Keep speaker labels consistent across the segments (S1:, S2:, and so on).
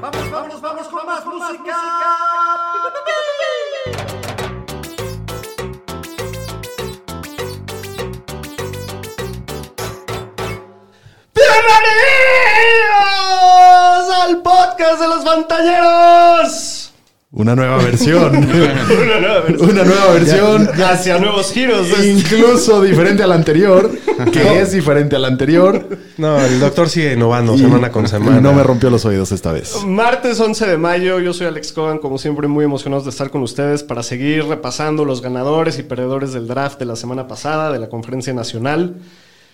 S1: Vamos, vamos, vamos con más música.
S2: ¡Bienvenidos al podcast de los pantalleros!
S3: Una nueva versión.
S2: Una nueva versión.
S3: Una nueva versión.
S2: Hacia nuevos giros.
S3: Incluso diferente a la anterior, que es diferente a la anterior.
S4: No, el doctor sigue innovando
S3: Y
S4: semana con semana.
S3: No me rompió los oídos esta vez.
S2: Martes 11 de mayo, yo soy Alex Cohen, como siempre muy emocionados de estar con ustedes para seguir repasando los ganadores y perdedores del draft de la semana pasada, de la conferencia nacional.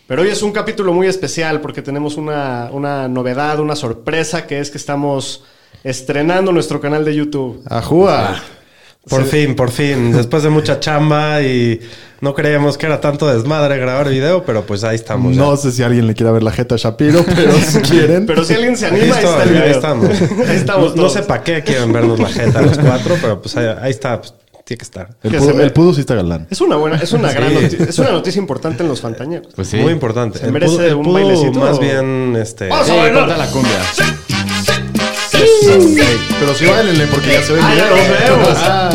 S2: Pero hoy es un capítulo muy especial porque tenemos una, una novedad, una sorpresa, que es que estamos estrenando nuestro canal de YouTube.
S4: Ah,
S3: Ajúa.
S4: Por fin, por fin. Después de mucha chamba y no creíamos que era tanto desmadre grabar video, pero pues ahí estamos. ya.
S3: No sé si alguien le quiera ver la jeta a Shapiro, pero si quieren.
S2: Pero si alguien se
S4: Ahí
S2: anima, ahí está el
S4: estoy,
S2: video.
S4: ahí estamos.
S2: Ahí estamos
S4: No, no
S2: todos.
S4: sé para qué quieren vernos la jeta los cuatro, pero pues ahí, ahí está. pues, tiene que estar.
S3: El
S2: que
S3: pudo,
S2: se ve.
S3: el pudo sí está galán.
S2: Es una buena, es una
S4: Sí.
S2: gran noticia, es una noticia importante en los fantañeros.
S5: Pues sí.
S4: Muy importante.
S2: ¿Se
S4: El
S2: merece
S4: pudo- el
S2: un
S4: pudo
S2: bailecito
S4: Más
S2: o-
S4: bien, este.
S3: Ah,
S2: ¡Vamos a
S5: Sí,
S2: bailar!
S5: canta la cumbia.
S3: Pero sí, bailenle porque ya se ve
S2: Ah, ya los vemos.
S4: Ah.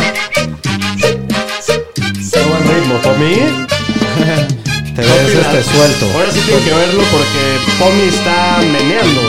S4: Qué buen ritmo, Tommy. Te ves
S2: Copyright.
S4: este suelto.
S2: Ahora sí tienen que verlo porque Pomi está meneando.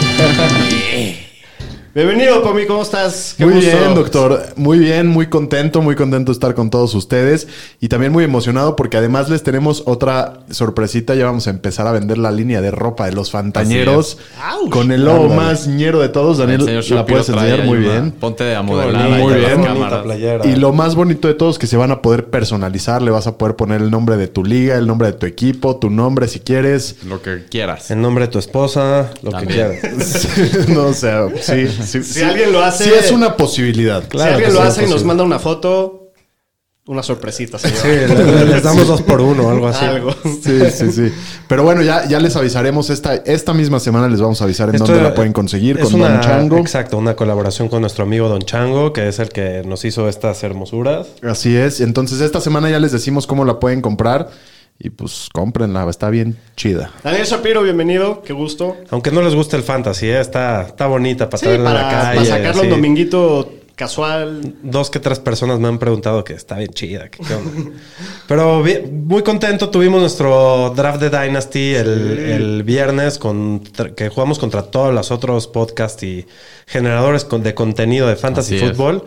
S2: Bienvenido, Pomi, ¿cómo estás? Qué
S3: Muy
S2: gusto.
S3: bien, doctor. Muy bien, muy contento, muy contento de estar con todos ustedes y también muy emocionado porque además les tenemos otra sorpresita. Ya vamos a empezar a vender la línea de ropa de los fantañeros
S2: Ouch.
S3: con el logo
S4: Ándale.
S3: más ñero de todos.
S5: El
S3: Daniel,
S5: señor
S3: la
S5: Shapiro
S3: puedes
S5: trae
S3: enseñar
S5: ahí
S3: muy
S5: una-
S3: bien.
S5: Ponte de amodelada.
S3: Muy
S5: ahí de
S3: bien.
S5: las
S4: Bonita
S5: cámaras.
S4: playera.
S3: Y lo más bonito de todo es que se van a poder personalizar. Le vas a poder poner el nombre de tu liga, el nombre de tu equipo, tu nombre si quieres.
S5: Lo que quieras.
S4: En nombre de tu esposa, lo
S5: También.
S4: que quieras.
S3: no o sea, sí, sí,
S2: Si alguien lo hace-
S3: sí es una posibilidad.
S2: si alguien
S4: que
S2: lo
S4: sí,
S2: hace y nos
S4: posible.
S2: manda una foto, una sorpresita, señor.
S4: Sí, le- les damos dos por uno, algo así.
S2: Algo.
S3: Sí, sí, sí. Pero bueno, ya, ya les avisaremos esta, esta misma semana. Les vamos a avisar en
S4: Esto
S3: dónde
S4: es-
S3: la pueden conseguir
S4: es
S3: con
S4: una-
S3: Don Chango.
S4: Exacto, una colaboración con nuestro amigo Don Chango, que es el que nos hizo estas hermosuras.
S3: Así es. Entonces, esta semana ya les decimos cómo la pueden comprar. Y pues cómprenla, está bien chida.
S2: Daniel Shapiro, bienvenido, qué gusto.
S4: Aunque no les guste el fantasy, ¿eh? está, está bonita para
S2: Sí,
S4: traerla
S2: para,
S4: a la calle.
S2: para sacarlo
S4: sí.
S2: un dominguito casual.
S4: Dos que tres personas me han preguntado que está bien chida. que qué onda. Pero bien- muy contento, tuvimos nuestro draft de Dynasty el, el viernes, con, que jugamos contra todos los otros podcasts y generadores con- de contenido de fantasy
S5: Así es.
S4: fútbol.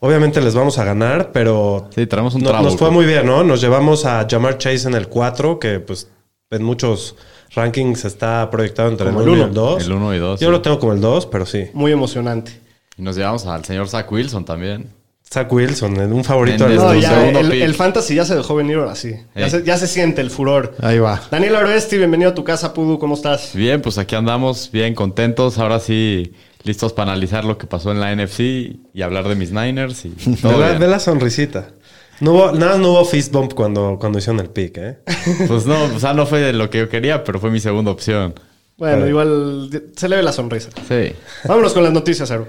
S4: Obviamente les vamos a ganar, pero
S5: Sí, traemos un
S4: No-
S5: trabuco.
S4: Nos fue muy bien, ¿no? Nos llevamos a Jamar Chase en el 4, que pues en muchos rankings está proyectado entre
S2: Como
S4: el
S2: el
S4: 1 y
S2: uno.
S4: el 2.
S5: El uno y dos,
S4: Yo
S5: sí.
S4: lo tengo como el 2, pero sí.
S2: Muy emocionante.
S5: Y nos llevamos al señor Zach Wilson también. Zach
S4: Zach Wilson, el- un favorito del
S5: Mendes, Es
S2: No,
S5: tu
S2: ya,
S5: segundo
S2: el,
S5: pick.
S2: el fantasy ya se dejó venir ahora sí. Ya
S5: Ey.
S2: se, ya se siente el furor.
S3: Ahí va.
S2: Daniel Oresti, bienvenido a tu casa, Pudu, ¿cómo estás?
S5: Bien, pues aquí andamos bien contentos. Ahora sí, listos para analizar lo que pasó en la NFC y hablar de mis Niners. Y todo
S4: Ve la,
S5: bien.
S4: ve la sonrisita. No hubo, nada, más no hubo fist bump cuando, cuando hicieron el pick, ¿eh?
S5: Pues no, o sea, no fue de lo que yo quería, pero fue mi segunda opción.
S2: Bueno, igual de- se le ve la sonrisa.
S5: Sí.
S2: Vámonos con las noticias, Aru.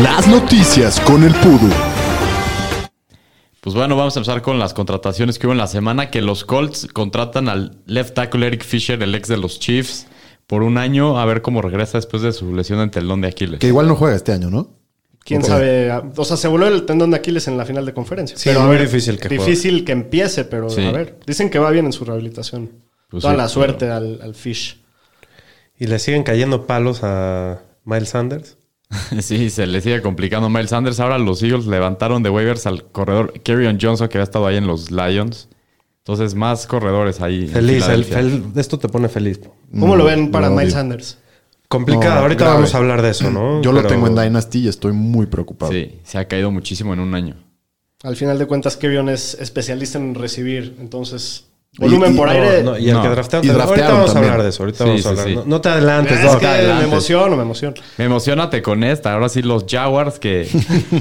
S6: Las noticias con el Pudu.
S5: Pues bueno, vamos a empezar con las contrataciones que hubo en la semana, que los Colts contratan al left tackle Eric Fisher, el ex de los Chiefs, por un año, a ver cómo regresa después de su lesión en telón de Aquiles.
S3: Que igual no juega este año, ¿no?
S2: ¿Quién
S3: Ok.
S2: sabe? O sea, se voló el tendón de Aquiles en la final de conferencia.
S4: Sí, muy difícil que juegue.
S2: Difícil que empiece, pero
S5: Sí.
S2: a ver. Dicen que va bien en su rehabilitación.
S5: Pues
S2: Toda
S5: sí,
S2: la
S5: pero-
S2: suerte al, al Fish.
S4: Y le siguen cayendo palos a Miles Sanders.
S5: Sí, se le sigue complicando a Miles Sanders. Ahora los Eagles levantaron de waivers al corredor Kerryon Johnson, que había estado ahí en los Lions. Entonces, más corredores ahí. en
S4: Feliz, el-
S5: Filadelfia.
S4: fel- esto te pone feliz.
S2: ¿Cómo lo ven para
S3: lo
S2: Miles
S3: odio.
S2: Sanders?
S4: Complicado,
S3: No,
S4: ahorita
S3: grave. Mm,
S4: vamos a hablar de eso, ¿no?
S3: Yo lo
S4: Pero-
S3: tengo en Dynasty y estoy muy preocupado.
S5: Sí, se ha caído muchísimo en un año.
S2: Al final de cuentas, Kevin es especialista en recibir. Entonces, Volumen
S3: Y- y-
S2: por aire.
S4: No, no, y el
S5: No.
S4: que draftearon.
S3: Y
S4: también. ahorita
S3: draftearon
S4: vamos a
S3: también.
S4: hablar de eso. Ahorita
S5: Sí,
S4: vamos a
S5: sí,
S4: hablar.
S5: sí.
S4: No, no te adelantes,
S2: Eh, es
S4: Doc.
S2: que me
S5: adelante.
S2: emociono, me emociono.
S5: Me emocionate con esta. Ahora sí, los Jaguars que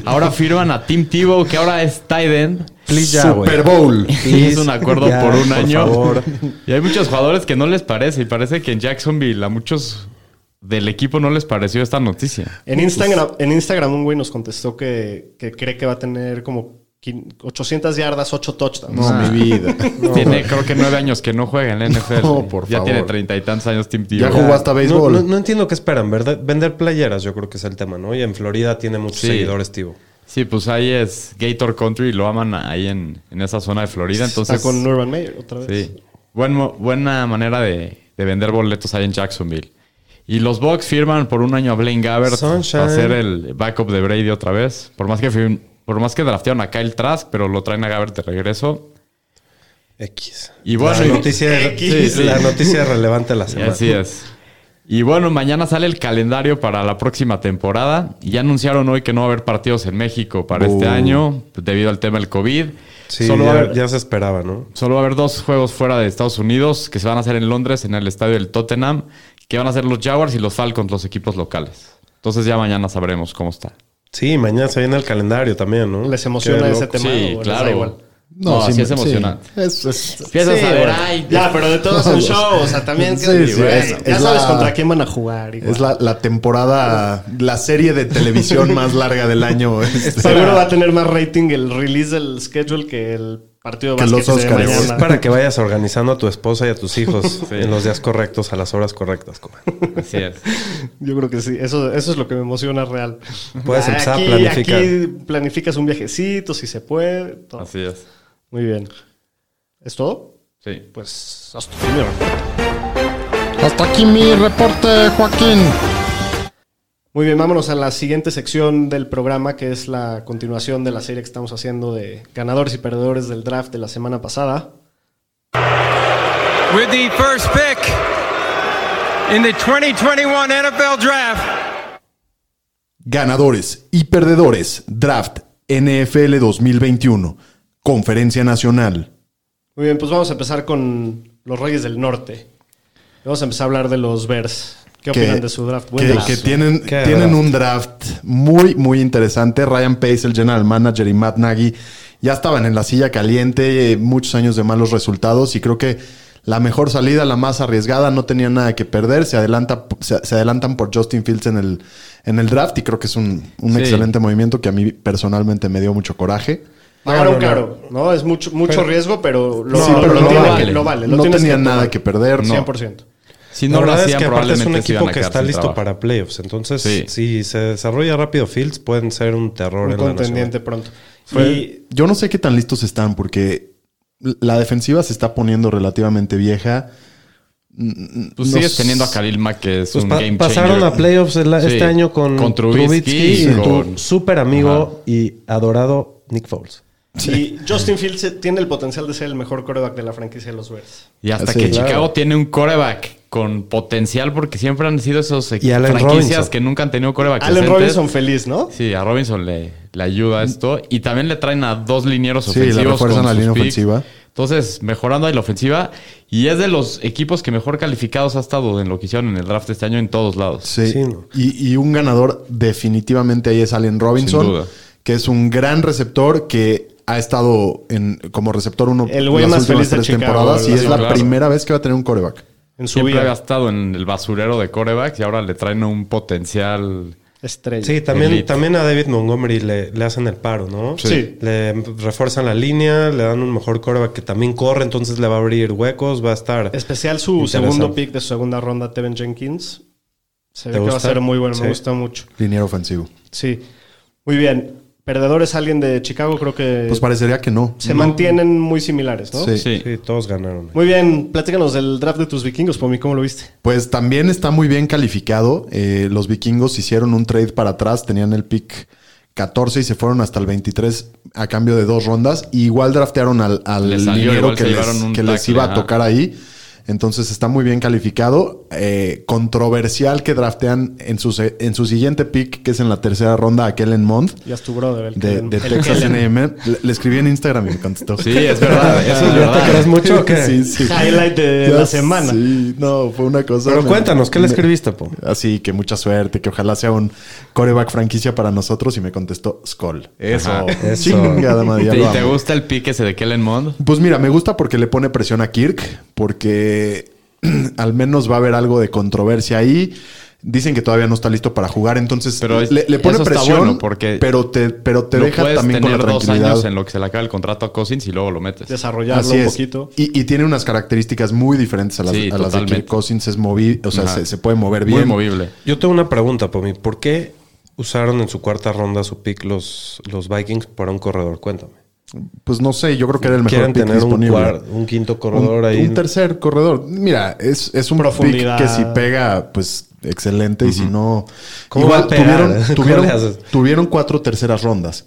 S5: ahora firman a Tim Tebow, que ahora es Tyden.
S4: Please ya, güey.
S3: Super Bowl.
S5: Y es un acuerdo
S4: Ya,
S5: por un
S4: por
S5: año.
S4: favor.
S5: Y hay muchos jugadores que no les parece. Y parece que en Jacksonville a muchos del equipo no les pareció esta noticia.
S4: Pues-
S2: En Instagram, en Instagram un güey nos contestó que, que cree que va a tener como quin- 800 yardas, 8 touchdowns.
S3: No, mi vida.
S5: tiene creo que nueve años que no juega en la NFL.
S3: No, por
S5: ya
S3: favor.
S5: tiene treinta y tantos años Tim
S3: Ya
S5: Tebow.
S3: jugó hasta béisbol.
S4: No, no- no entiendo qué esperan, ¿verdad? Vender playeras, yo creo que es el tema, ¿no? Y en Florida tiene muchos
S5: Sí.
S4: seguidores, tío.
S5: Sí, pues ahí es Gator Country y lo aman ahí en, en esa zona de Florida. Entonces,
S2: Está con Urban Meyer otra vez.
S5: sí. Buen mo- buena manera de, de vender boletos ahí en Jacksonville. Y los Bucks firman por un año a Blaine Gabbert
S4: Sunshine.
S5: para ser el backup de Brady otra vez. Por más que firm- por más que draftearon a Kyle Trask, pero lo traen a Gabbert de regreso.
S4: X.
S5: Y bueno,
S4: la
S5: y-
S4: noticia,
S5: X.
S4: sí,
S5: Sí,
S4: la
S5: sí.
S4: noticia relevante de la
S5: Y
S4: semana.
S5: así es. Y bueno, mañana sale el calendario para la próxima temporada. Y ya anunciaron hoy que no va a haber partidos en México para este año debido al tema del COVID.
S4: Sí,
S5: Solo va a
S4: ya,
S5: haber-
S4: ya se esperaba, ¿no?
S5: Solo va a haber dos juegos fuera de Estados Unidos que se van a hacer en Londres, en el estadio del Tottenham, que van a ser los Jaguars y los Falcons, los equipos locales. Entonces ya mañana sabremos cómo está.
S4: Sí, mañana se viene el calendario también, ¿no?
S2: Les emociona
S4: Qué
S2: ese
S4: loco.
S2: tema. o les da igual?
S5: No,
S3: sí
S5: así
S3: me-
S5: es emocionante.
S3: sí. Es- es-
S5: Empiezas
S4: Sí,
S5: a ver,
S4: bueno.
S5: ay, ya.
S2: Ya, pero de todos son shows. O sea, también.
S3: Sí,
S2: que-
S3: sí,
S2: güey,
S3: es-
S2: ya
S3: es
S2: sabes
S3: la-
S2: contra quién van a jugar. y-
S3: Es la, la temporada, la serie de televisión más larga del año. este.
S2: Seguro va a tener más rating el release del schedule que el partido de
S3: Que
S2: básquet
S3: los
S2: de
S3: Óscares.
S4: Es
S2: mañana.
S4: Pues, para que vayas organizando a tu esposa y a tus hijos en los días correctos, a las horas correctas. comadre.
S5: Así es.
S2: Yo creo que sí, eso, eso es lo que me emociona real. Ah,
S4: Puedes empezar a planificar.
S2: Aquí planificas un viajecito, si se puede. todo.
S5: Así es.
S2: Muy bien. ¿Es todo?
S5: Sí.
S2: Pues hasta aquí mi reporte.
S3: Hasta aquí mi reporte, Joaquín.
S2: Muy bien, vámonos a la siguiente sección del programa, que es la continuación de la serie que estamos haciendo de ganadores y perdedores del draft de la semana pasada.
S7: with the first pick in the 2021 NFL Draft.
S3: Ganadores y perdedores. Draft NFL 2021. Conferencia Nacional.
S2: Muy bien, pues vamos a empezar con los Reyes del Norte. Vamos a empezar a hablar de los Bears. ¿Qué opinan de su draft? Buen
S3: que,
S2: draft.
S3: que tienen,
S4: Qué
S3: tienen
S4: draft.
S3: un draft muy, muy interesante. Ryan Pace, el general manager, y Matt Nagy ya estaban en la silla caliente, eh, muchos años de malos resultados, y creo que la mejor salida, la más arriesgada, no tenía nada que perder. Se, adelanta, se, se adelantan por Justin Fields en el, en el draft, y creo que es un, un
S5: Sí.
S3: excelente movimiento que a mí personalmente me dio mucho coraje.
S2: Pagaron
S4: No, no, no.
S2: caro, ¿no? Es mucho, mucho
S4: Pero-
S2: riesgo, pero lo,
S3: Sí,
S2: lo-
S3: pero
S2: lo
S3: no
S2: tiene
S3: vale.
S2: que- lo vale. Lo
S3: No
S2: tienes
S3: tenía
S2: que
S3: nada
S2: tomar.
S3: que perder. No.
S2: 100%.
S5: Si
S4: la
S5: no lo
S4: verdad es
S5: hacían,
S4: que aparte es un
S5: probablemente se
S4: equipo
S5: iban a
S4: que
S5: quedar
S4: está
S5: sin
S4: listo
S5: trabajo.
S4: para playoffs. Entonces,
S5: Sí.
S4: si se desarrolla rápido Fields, pueden ser un terror
S2: Un
S4: en la nacional.
S2: contendiente pronto.
S3: Y yo no sé qué tan listos están porque la defensiva se está poniendo relativamente vieja.
S5: Tú
S3: No
S5: Pues sigues
S3: sé.
S5: teniendo a Khalil Mack, que es
S4: Pues
S5: un
S4: pa-
S5: game changer.
S4: pasaron a playoffs el-
S5: Sí.
S4: este año con,
S5: Con Trubisky
S4: Trubisky
S5: y
S4: y tu
S5: con-
S4: súper amigo
S5: Ajá.
S4: y adorado Nick Foles.
S2: Y Justin Fields tiene el potencial de ser el mejor coreback de la franquicia de los Bears.
S5: Y hasta
S3: Sí,
S5: que
S4: claro.
S5: Chicago tiene un coreback con potencial, porque siempre han sido esos equ-
S4: Y Allen
S5: franquicias
S4: Robinson.
S5: que nunca han tenido coreback.
S2: Allen Robinson feliz, ¿no?
S5: Sí, a Robinson le, le
S4: Mm.
S5: ayuda esto. Y también le traen a dos linieros
S3: Sí, le
S5: ofensivos.
S3: refuerzan
S5: con
S3: la
S5: sus
S3: línea
S5: picks.
S3: ofensiva.
S5: Entonces, mejorando ahí la ofensiva. Y es de los equipos que mejor calificados ha estado en lo que hicieron en el draft este año en todos lados.
S3: Sí.
S4: Sí, no.
S3: y, y un ganador definitivamente ahí es Allen Robinson,
S5: Sin duda.
S3: que es un gran receptor que ha estado en, como receptor uno
S2: El güey más feliz de Chicago,
S3: temporadas y
S2: ¿verdad?
S3: es
S5: Sí,
S3: la
S5: claro.
S3: primera vez que va a tener un coreback.
S2: En su
S5: Siempre había
S2: vida.
S5: estado en el basurero de corebacks y ahora le traen un potencial.
S2: Estrella.
S4: Sí, también,
S5: Elite.
S4: también a David Montgomery le, le hacen el paro, ¿no?
S2: Sí.
S4: Le refuerzan la línea, le dan un mejor coreback que también corre, entonces le va a abrir huecos, va a estar...
S2: Especial su
S4: Interesante.
S2: segundo pick de su segunda ronda, Tevin Jenkins. Se ve
S4: ¿Te
S2: que va a
S4: gusta?
S2: ser muy bueno.
S4: Sí.
S2: Me gusta mucho.
S3: Liniero ofensivo.
S2: Sí. Muy bien. Perdedores alguien de Chicago, creo que
S3: Pues parecería que no.
S2: se mantienen muy similares, ¿no?
S3: Sí.
S4: Sí, todos ganaron.
S2: Muy bien, platícanos del draft de tus vikingos, Pomi, ¿cómo lo viste?
S3: Pues también está muy bien calificado. Eh, los vikingos hicieron un trade para atrás, tenían el pick 14 y se fueron hasta el 23 a cambio de dos rondas. Y igual draftearon al, al
S5: Les salió,
S3: liniero
S5: igual
S3: que,
S5: se
S3: les,
S5: llevaron un
S3: que les
S5: tackle,
S3: iba a
S5: ajá.
S3: tocar ahí. Entonces está muy bien calificado. Eh, controversial que draftean en su, se- en su siguiente pick, que es en la tercera ronda, a Kellen Mond
S2: Ya es tu brother. El
S3: de,
S2: Kellen.
S3: de
S2: El
S3: Texas
S2: Kellen.
S3: A&M. Le, le escribí en Instagram y me contestó.
S5: Sí, es verdad. Eso
S4: ¿Ya
S5: es
S4: te
S5: verdad.
S4: crees mucho o qué?
S3: Sí, sí.
S2: Highlight de
S3: Ya
S2: la semana.
S3: Sí, no, fue una cosa.
S4: Pero
S3: me-
S4: cuéntanos, ¿qué le
S3: me-
S4: escribiste, po?
S3: Así que mucha suerte, que ojalá sea un coreback franquicia para nosotros. Y me contestó Skoll. Eso.
S4: Ajá, eso.
S3: Chingada madre, ya
S5: ¿Y
S3: lo
S5: te
S3: amo.
S5: gusta el pique ese de Kellen Mond?
S3: Pues mira, me gusta porque le pone presión a Kirk, porque al menos va a haber algo de controversia ahí. Dicen que todavía no está listo para jugar, entonces
S5: Pero es-
S3: le, le pone
S5: eso está
S3: presión,
S5: bueno, porque
S3: pero te, pero te
S5: Lo
S3: deja
S5: puedes
S3: también con la
S5: tener dos años
S3: tranquilidad.
S5: en lo que se le acaba el contrato a Cousins y luego lo metes.
S2: Desarrollarlo
S3: Así
S2: un
S3: es.
S2: poquito.
S3: Y, y tiene unas características muy diferentes a las,
S5: Sí,
S3: a las de Kirk
S5: totalmente.
S3: Cousins. Es movi o sea,
S5: Ajá.
S3: se, se puede mover bien.
S5: Muy movible.
S4: Yo tengo una pregunta, Pomi. ¿Por qué usaron en su cuarta ronda su pick los, los Vikings para un corredor? Cuéntame.
S3: Pues no sé, yo creo que era el mejor
S4: ¿Quieren
S3: pick
S4: tener un,
S3: disponible.
S4: cuar- un quinto corredor
S3: un,
S4: ahí?
S3: un tercer corredor. Mira, es, es un pick
S2: Profundidad.
S3: que si pega, pues excelente. Y si no.
S4: ¿Cómo va a pegar? ¿Cómo
S3: tuvieron, tuvieron-
S4: le haces?
S3: tuvieron cuatro terceras rondas.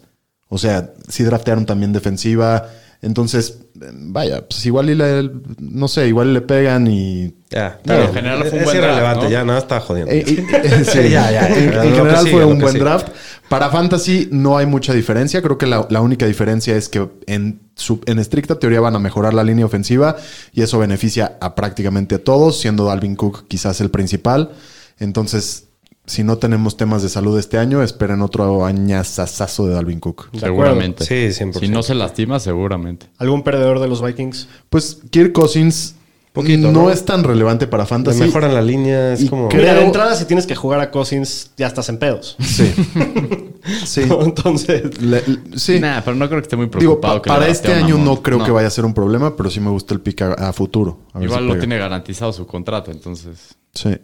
S3: O sea, sí draftearon también defensiva. Entonces, eh, vaya, pues igual y le, no sé, igual le pegan y.
S4: Ya, está
S5: Pero
S4: bien.
S5: en general fue un
S4: es
S5: buen draft,
S4: irrelevante,
S5: ¿no?
S4: ya nada, estaba jodiendo.
S3: Eh, eh, eh, sí.
S4: Ya, ya, ya.
S3: En, en
S4: Lo que
S3: general
S4: sigue,
S3: fue
S4: lo
S3: un
S4: que
S3: buen
S4: sigue.
S3: draft. Para Fantasy no hay mucha diferencia. Creo que la, la única diferencia es que en, su- en estricta teoría van a mejorar la línea ofensiva y eso beneficia a prácticamente a todos, siendo Dalvin Cook quizás el principal. Entonces, si no tenemos temas de salud este año, esperen otro añazazazo de Dalvin Cook.
S5: Seguramente.
S4: Sí, 100%.
S5: Si no se lastima, seguramente.
S2: ¿Algún perdedor de los Vikings?
S3: Pues Kirk Cousins
S4: Poquito,
S3: no,
S4: ¿no?
S3: es tan relevante para
S4: Le
S3: Fantasy.
S4: mejoran la línea, es
S3: Y
S4: como...
S3: creo-
S2: Mira, de entrada, si tienes que jugar a Cousins, ya estás en pedos.
S3: Sí. sí.
S2: Entonces,
S3: Le- le- sí.
S5: Nah, pero no creo que esté muy preocupado.
S3: Digo, pa-
S5: que le
S3: para
S5: gaste
S3: este
S5: a
S3: año
S5: Mamón.
S3: no creo que vaya a ser un problema, pero sí me gusta el pick a, a futuro. A ver
S5: Igual
S3: si
S5: lo
S3: pega.
S5: tiene garantizado su contrato, entonces.
S3: Sí.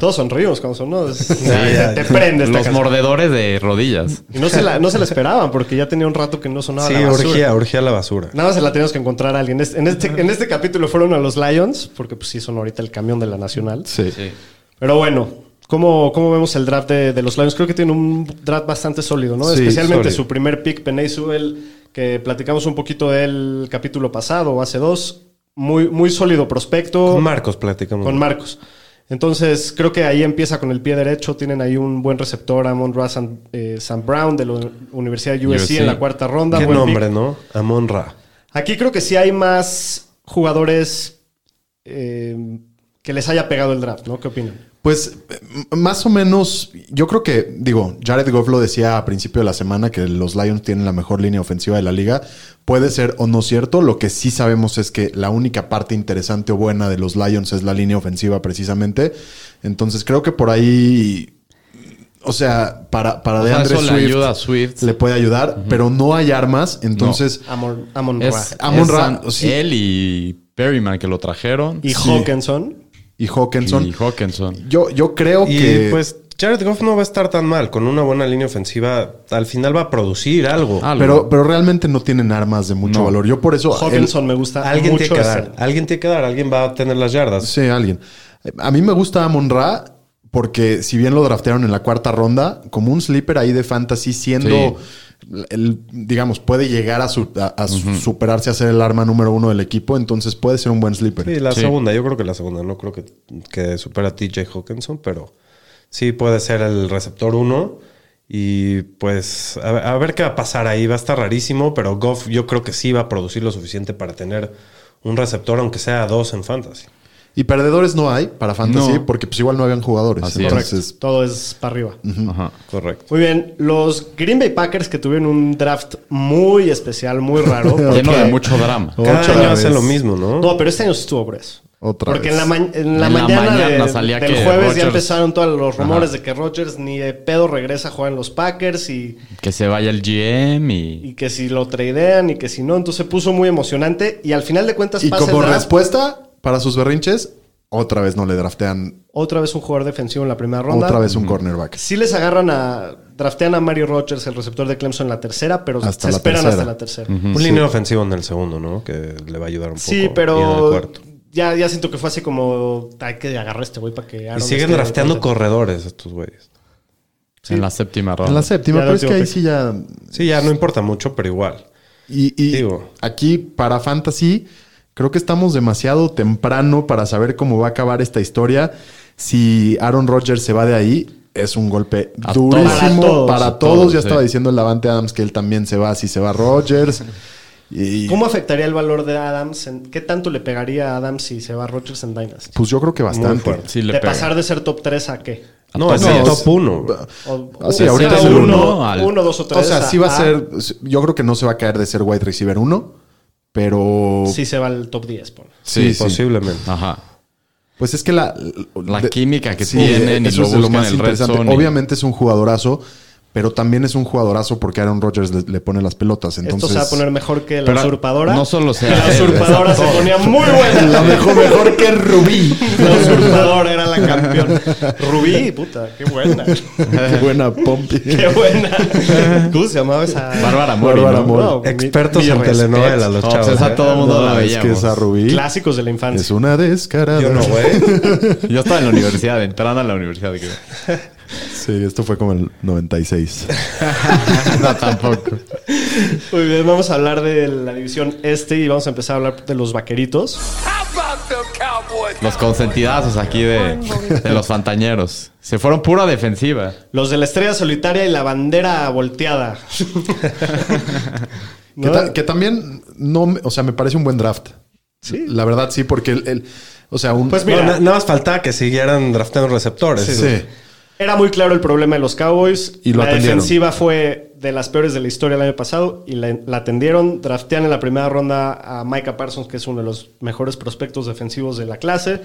S2: todos sonríos cuando son, ¿no? Es-
S4: ya,
S2: te
S3: este
S2: prendes.
S5: Los
S2: te cansa.
S5: mordedores de rodillas.
S2: Y no se, la, no se la esperaban porque ya tenía un rato que no sonaba
S4: sí,
S2: la basura.
S4: urgía, urgía la basura.
S2: Nada más se la tenemos que encontrar a alguien. Es- En este, en este capítulo fueron a los Lions, porque pues sí son ahorita el camión de la Nacional.
S3: Sí.
S5: Sí.
S2: Pero bueno, ¿cómo, cómo vemos el draft de, de los Lions? Creo que tiene un draft bastante sólido, ¿no?
S3: Sí,
S2: Especialmente
S4: sólido.
S2: su primer pick, Penay que platicamos un poquito del capítulo pasado o hace dos. Muy, muy sólido prospecto.
S4: Con Marcos platicamos.
S2: Con Marcos. Entonces, creo que ahí empieza con el pie derecho. Tienen ahí un buen receptor, Amon Ra San, eh, San Brown de la Universidad USC,
S5: USC.
S2: en la cuarta ronda.
S4: Qué
S2: Buen pick.
S4: nombre, ¿no? Amon Ra.
S2: Aquí creo que sí hay más jugadores eh, que les haya pegado el draft, ¿no? ¿Qué opinan?
S3: Pues m- más o menos, yo creo que, digo, Jared Goff lo decía a principio de la semana que los Lions tienen la mejor línea ofensiva de la liga. Puede ser o no cierto. Lo que sí sabemos es que la única parte interesante o buena de los Lions es la línea ofensiva, precisamente. Entonces creo que por ahí. O sea, para, para
S5: O sea,
S3: DeAndre
S5: eso le ayuda a Swift.
S3: Le puede ayudar, pero no hay armas. Entonces,
S2: Amon, Amon
S5: Es,
S2: Ra.
S3: Amon
S5: es
S3: Ra,
S5: San-
S3: sí.
S5: él y Perryman que lo trajeron.
S2: Y
S3: sí.
S2: Hawkinson.
S3: y Hawkinson.
S5: Y Hawkinson.
S3: Yo, yo creo
S4: Y
S3: que.
S4: pues Jared Goff no va a estar tan mal. Con una buena línea ofensiva, al final va a producir algo.
S5: Algo.
S3: pero, pero realmente no tienen armas de mucho
S5: No.
S3: valor. Yo por eso.
S2: Hawkinson me gusta
S4: alguien
S2: mucho.
S4: tiene que dar.
S2: este.
S4: Alguien tiene que dar. Alguien va a tener las yardas.
S3: el- sí, alguien. A mí me gusta Amon Ra porque, si bien lo draftearon en la cuarta ronda, como un sleeper ahí de fantasy, siendo. el- digamos, puede llegar a, su- a- a su- superarse a ser el arma número uno del equipo. Entonces puede ser un buen sleeper.
S4: Sí, la
S5: Sí.
S4: segunda. Yo creo que la segunda. No creo que, que supera a TJ Hawkinson, pero sí puede ser el receptor uno. Y pues a ver, a ver qué va a pasar ahí. Va a estar rarísimo, pero Goff yo creo que sí va a producir lo suficiente para tener un receptor, aunque sea dos en fantasy.
S3: Y perdedores no hay para fantasy
S5: No.
S3: porque, pues, igual no habían jugadores.
S5: Así es.
S3: entonces,
S2: Todo es para arriba.
S5: Ajá.
S4: Correcto.
S2: Muy bien, los Green Bay Packers que tuvieron un draft muy especial, muy raro.
S5: Lleno
S2: porque-
S5: de mucho drama.
S4: Cada
S3: Otra
S4: año
S3: vez.
S4: hacen lo mismo, ¿no?
S2: No, pero este año sí estuvo grueso.
S3: Otra
S2: Porque
S3: vez.
S2: en la, ma- en la
S5: En la
S2: mañana,
S5: mañana
S2: de-
S5: salía
S2: del
S5: que
S2: jueves ya
S5: Rodgers-
S2: empezaron todos los rumores
S5: Ajá.
S2: de que Rodgers ni de pedo regresa a jugar en los Packers y,
S5: Que se vaya el GM y.
S2: y que si lo tradean y que si no. Entonces se puso muy emocionante y al final de cuentas
S3: Y
S2: pasa Pues, el
S3: como
S2: draft.
S3: respuesta para sus berrinches, otra vez no le draftean
S2: Otra vez un jugador defensivo en la primera ronda.
S3: otra vez un cornerback.
S2: Sí les agarran a... Draftean a Mario Rodgers, el receptor de Clemson, en la tercera, pero
S3: Hasta
S2: se
S3: la
S2: esperan
S3: tercera.
S2: hasta la tercera.
S4: Un línea ofensiva en el segundo, ¿no? Que le va a ayudar un poco.
S2: Sí,
S4: Y en el
S2: pero
S4: cuarto.
S2: ya, ya siento que fue así como... Hay que agarrar a este güey para que...
S4: Y
S2: Aaron
S4: siguen
S2: esté
S4: drafteando
S2: contento".
S4: corredores estos güeyes.
S5: En la séptima ronda.
S3: En la séptima,
S2: Ya
S3: pero
S2: la
S3: es que ahí
S2: última
S3: sí ya.
S4: Sí, ya no importa mucho, pero igual.
S3: Y, y
S4: Digo.
S3: aquí para Fantasy, creo que estamos demasiado temprano para saber cómo va a acabar esta historia. Si Aaron Rodgers se va de ahí, es un golpe
S5: A todos.
S3: durísimo
S2: Para todos.
S3: para
S5: A
S3: todos.
S5: todos,
S3: Ya
S5: sí.
S3: estaba diciendo el Davante Adams que él también se va si se va Rodgers. Y
S2: ¿Cómo afectaría el valor de Adams? en- ¿Qué tanto le pegaría a Adams si se va Rodgers en Dynasty?
S3: pues yo creo que bastante.
S4: fuerte.
S5: Sí, le
S2: de
S5: pega.
S2: pasar de ser top 3 a qué?
S4: No, es
S5: todos.
S4: el top 1.
S2: O-
S3: Ah, sí,
S2: o
S3: ahorita
S2: sea,
S3: es el
S5: uno
S2: uno,
S5: al-
S2: uno, dos o tres.
S3: O sea, sí va a
S2: ah,
S3: ser. Yo creo que no se va a caer de ser wide receiver uno, pero.
S2: Sí se va al top 10. pon.
S4: Sí, posiblemente.
S5: Ajá.
S3: Pues es que la,
S5: La química que tienen y
S3: eso
S5: lo
S3: es de
S5: buscan en el red zone y-
S3: Obviamente es un jugadorazo, pero también es un jugadorazo porque Aaron Rodgers le, le pone las pelotas. Entonces,
S2: Esto se va a poner mejor que la
S5: Pero
S2: usurpadora.
S5: no solo ¿eh? se
S2: Que la
S5: hace,
S2: usurpadora se ponía muy buena.
S3: la mejor, mejor que Rubí.
S2: La usurpadora era la campeona. Rubí, puta, qué buena.
S3: Qué buena Pompi.
S2: Qué buena. ¿Cómo se llamaba esa?
S5: Bárbara Mori.
S3: Bárbara
S5: ¿no?
S3: Mori.
S2: No, mi-
S4: Expertos
S2: mi
S4: en
S2: respeto.
S4: telenovelas, los
S5: No,
S4: chavos.
S5: pues esa
S4: ¿eh?
S5: todo mundo
S3: No,
S5: la
S3: es
S5: veía.
S3: que esa Rubí
S2: Clásicos de la infancia.
S3: es una descarada.
S4: Yo no, güey.
S5: Yo estaba en la universidad, entrando a la universidad. creo.
S3: Sí, esto fue como el 96.
S5: no, tampoco.
S2: Muy bien, vamos a hablar de la división este y vamos a empezar a hablar de los vaqueritos.
S5: Los consentidazos aquí de, de los fantañeros. Se fueron pura defensiva.
S2: Los de la estrella solitaria y la bandera volteada.
S3: Que,
S2: ¿No?
S3: ta- que también, no, me- o sea, me parece un buen draft. Sí. La verdad, sí, porque el, el- o sea, un.
S2: Pues
S4: No,
S2: mira,
S4: na- nada más faltaba que siguieran draftando receptores.
S3: sí.
S2: Era muy claro el problema de los Cowboys.
S3: Y lo
S2: la
S3: atendieron.
S2: defensiva fue de las peores de la historia el año pasado y la, la atendieron. Draftean en la primera ronda a Micah Parsons, que es uno de los mejores prospectos defensivos de la clase.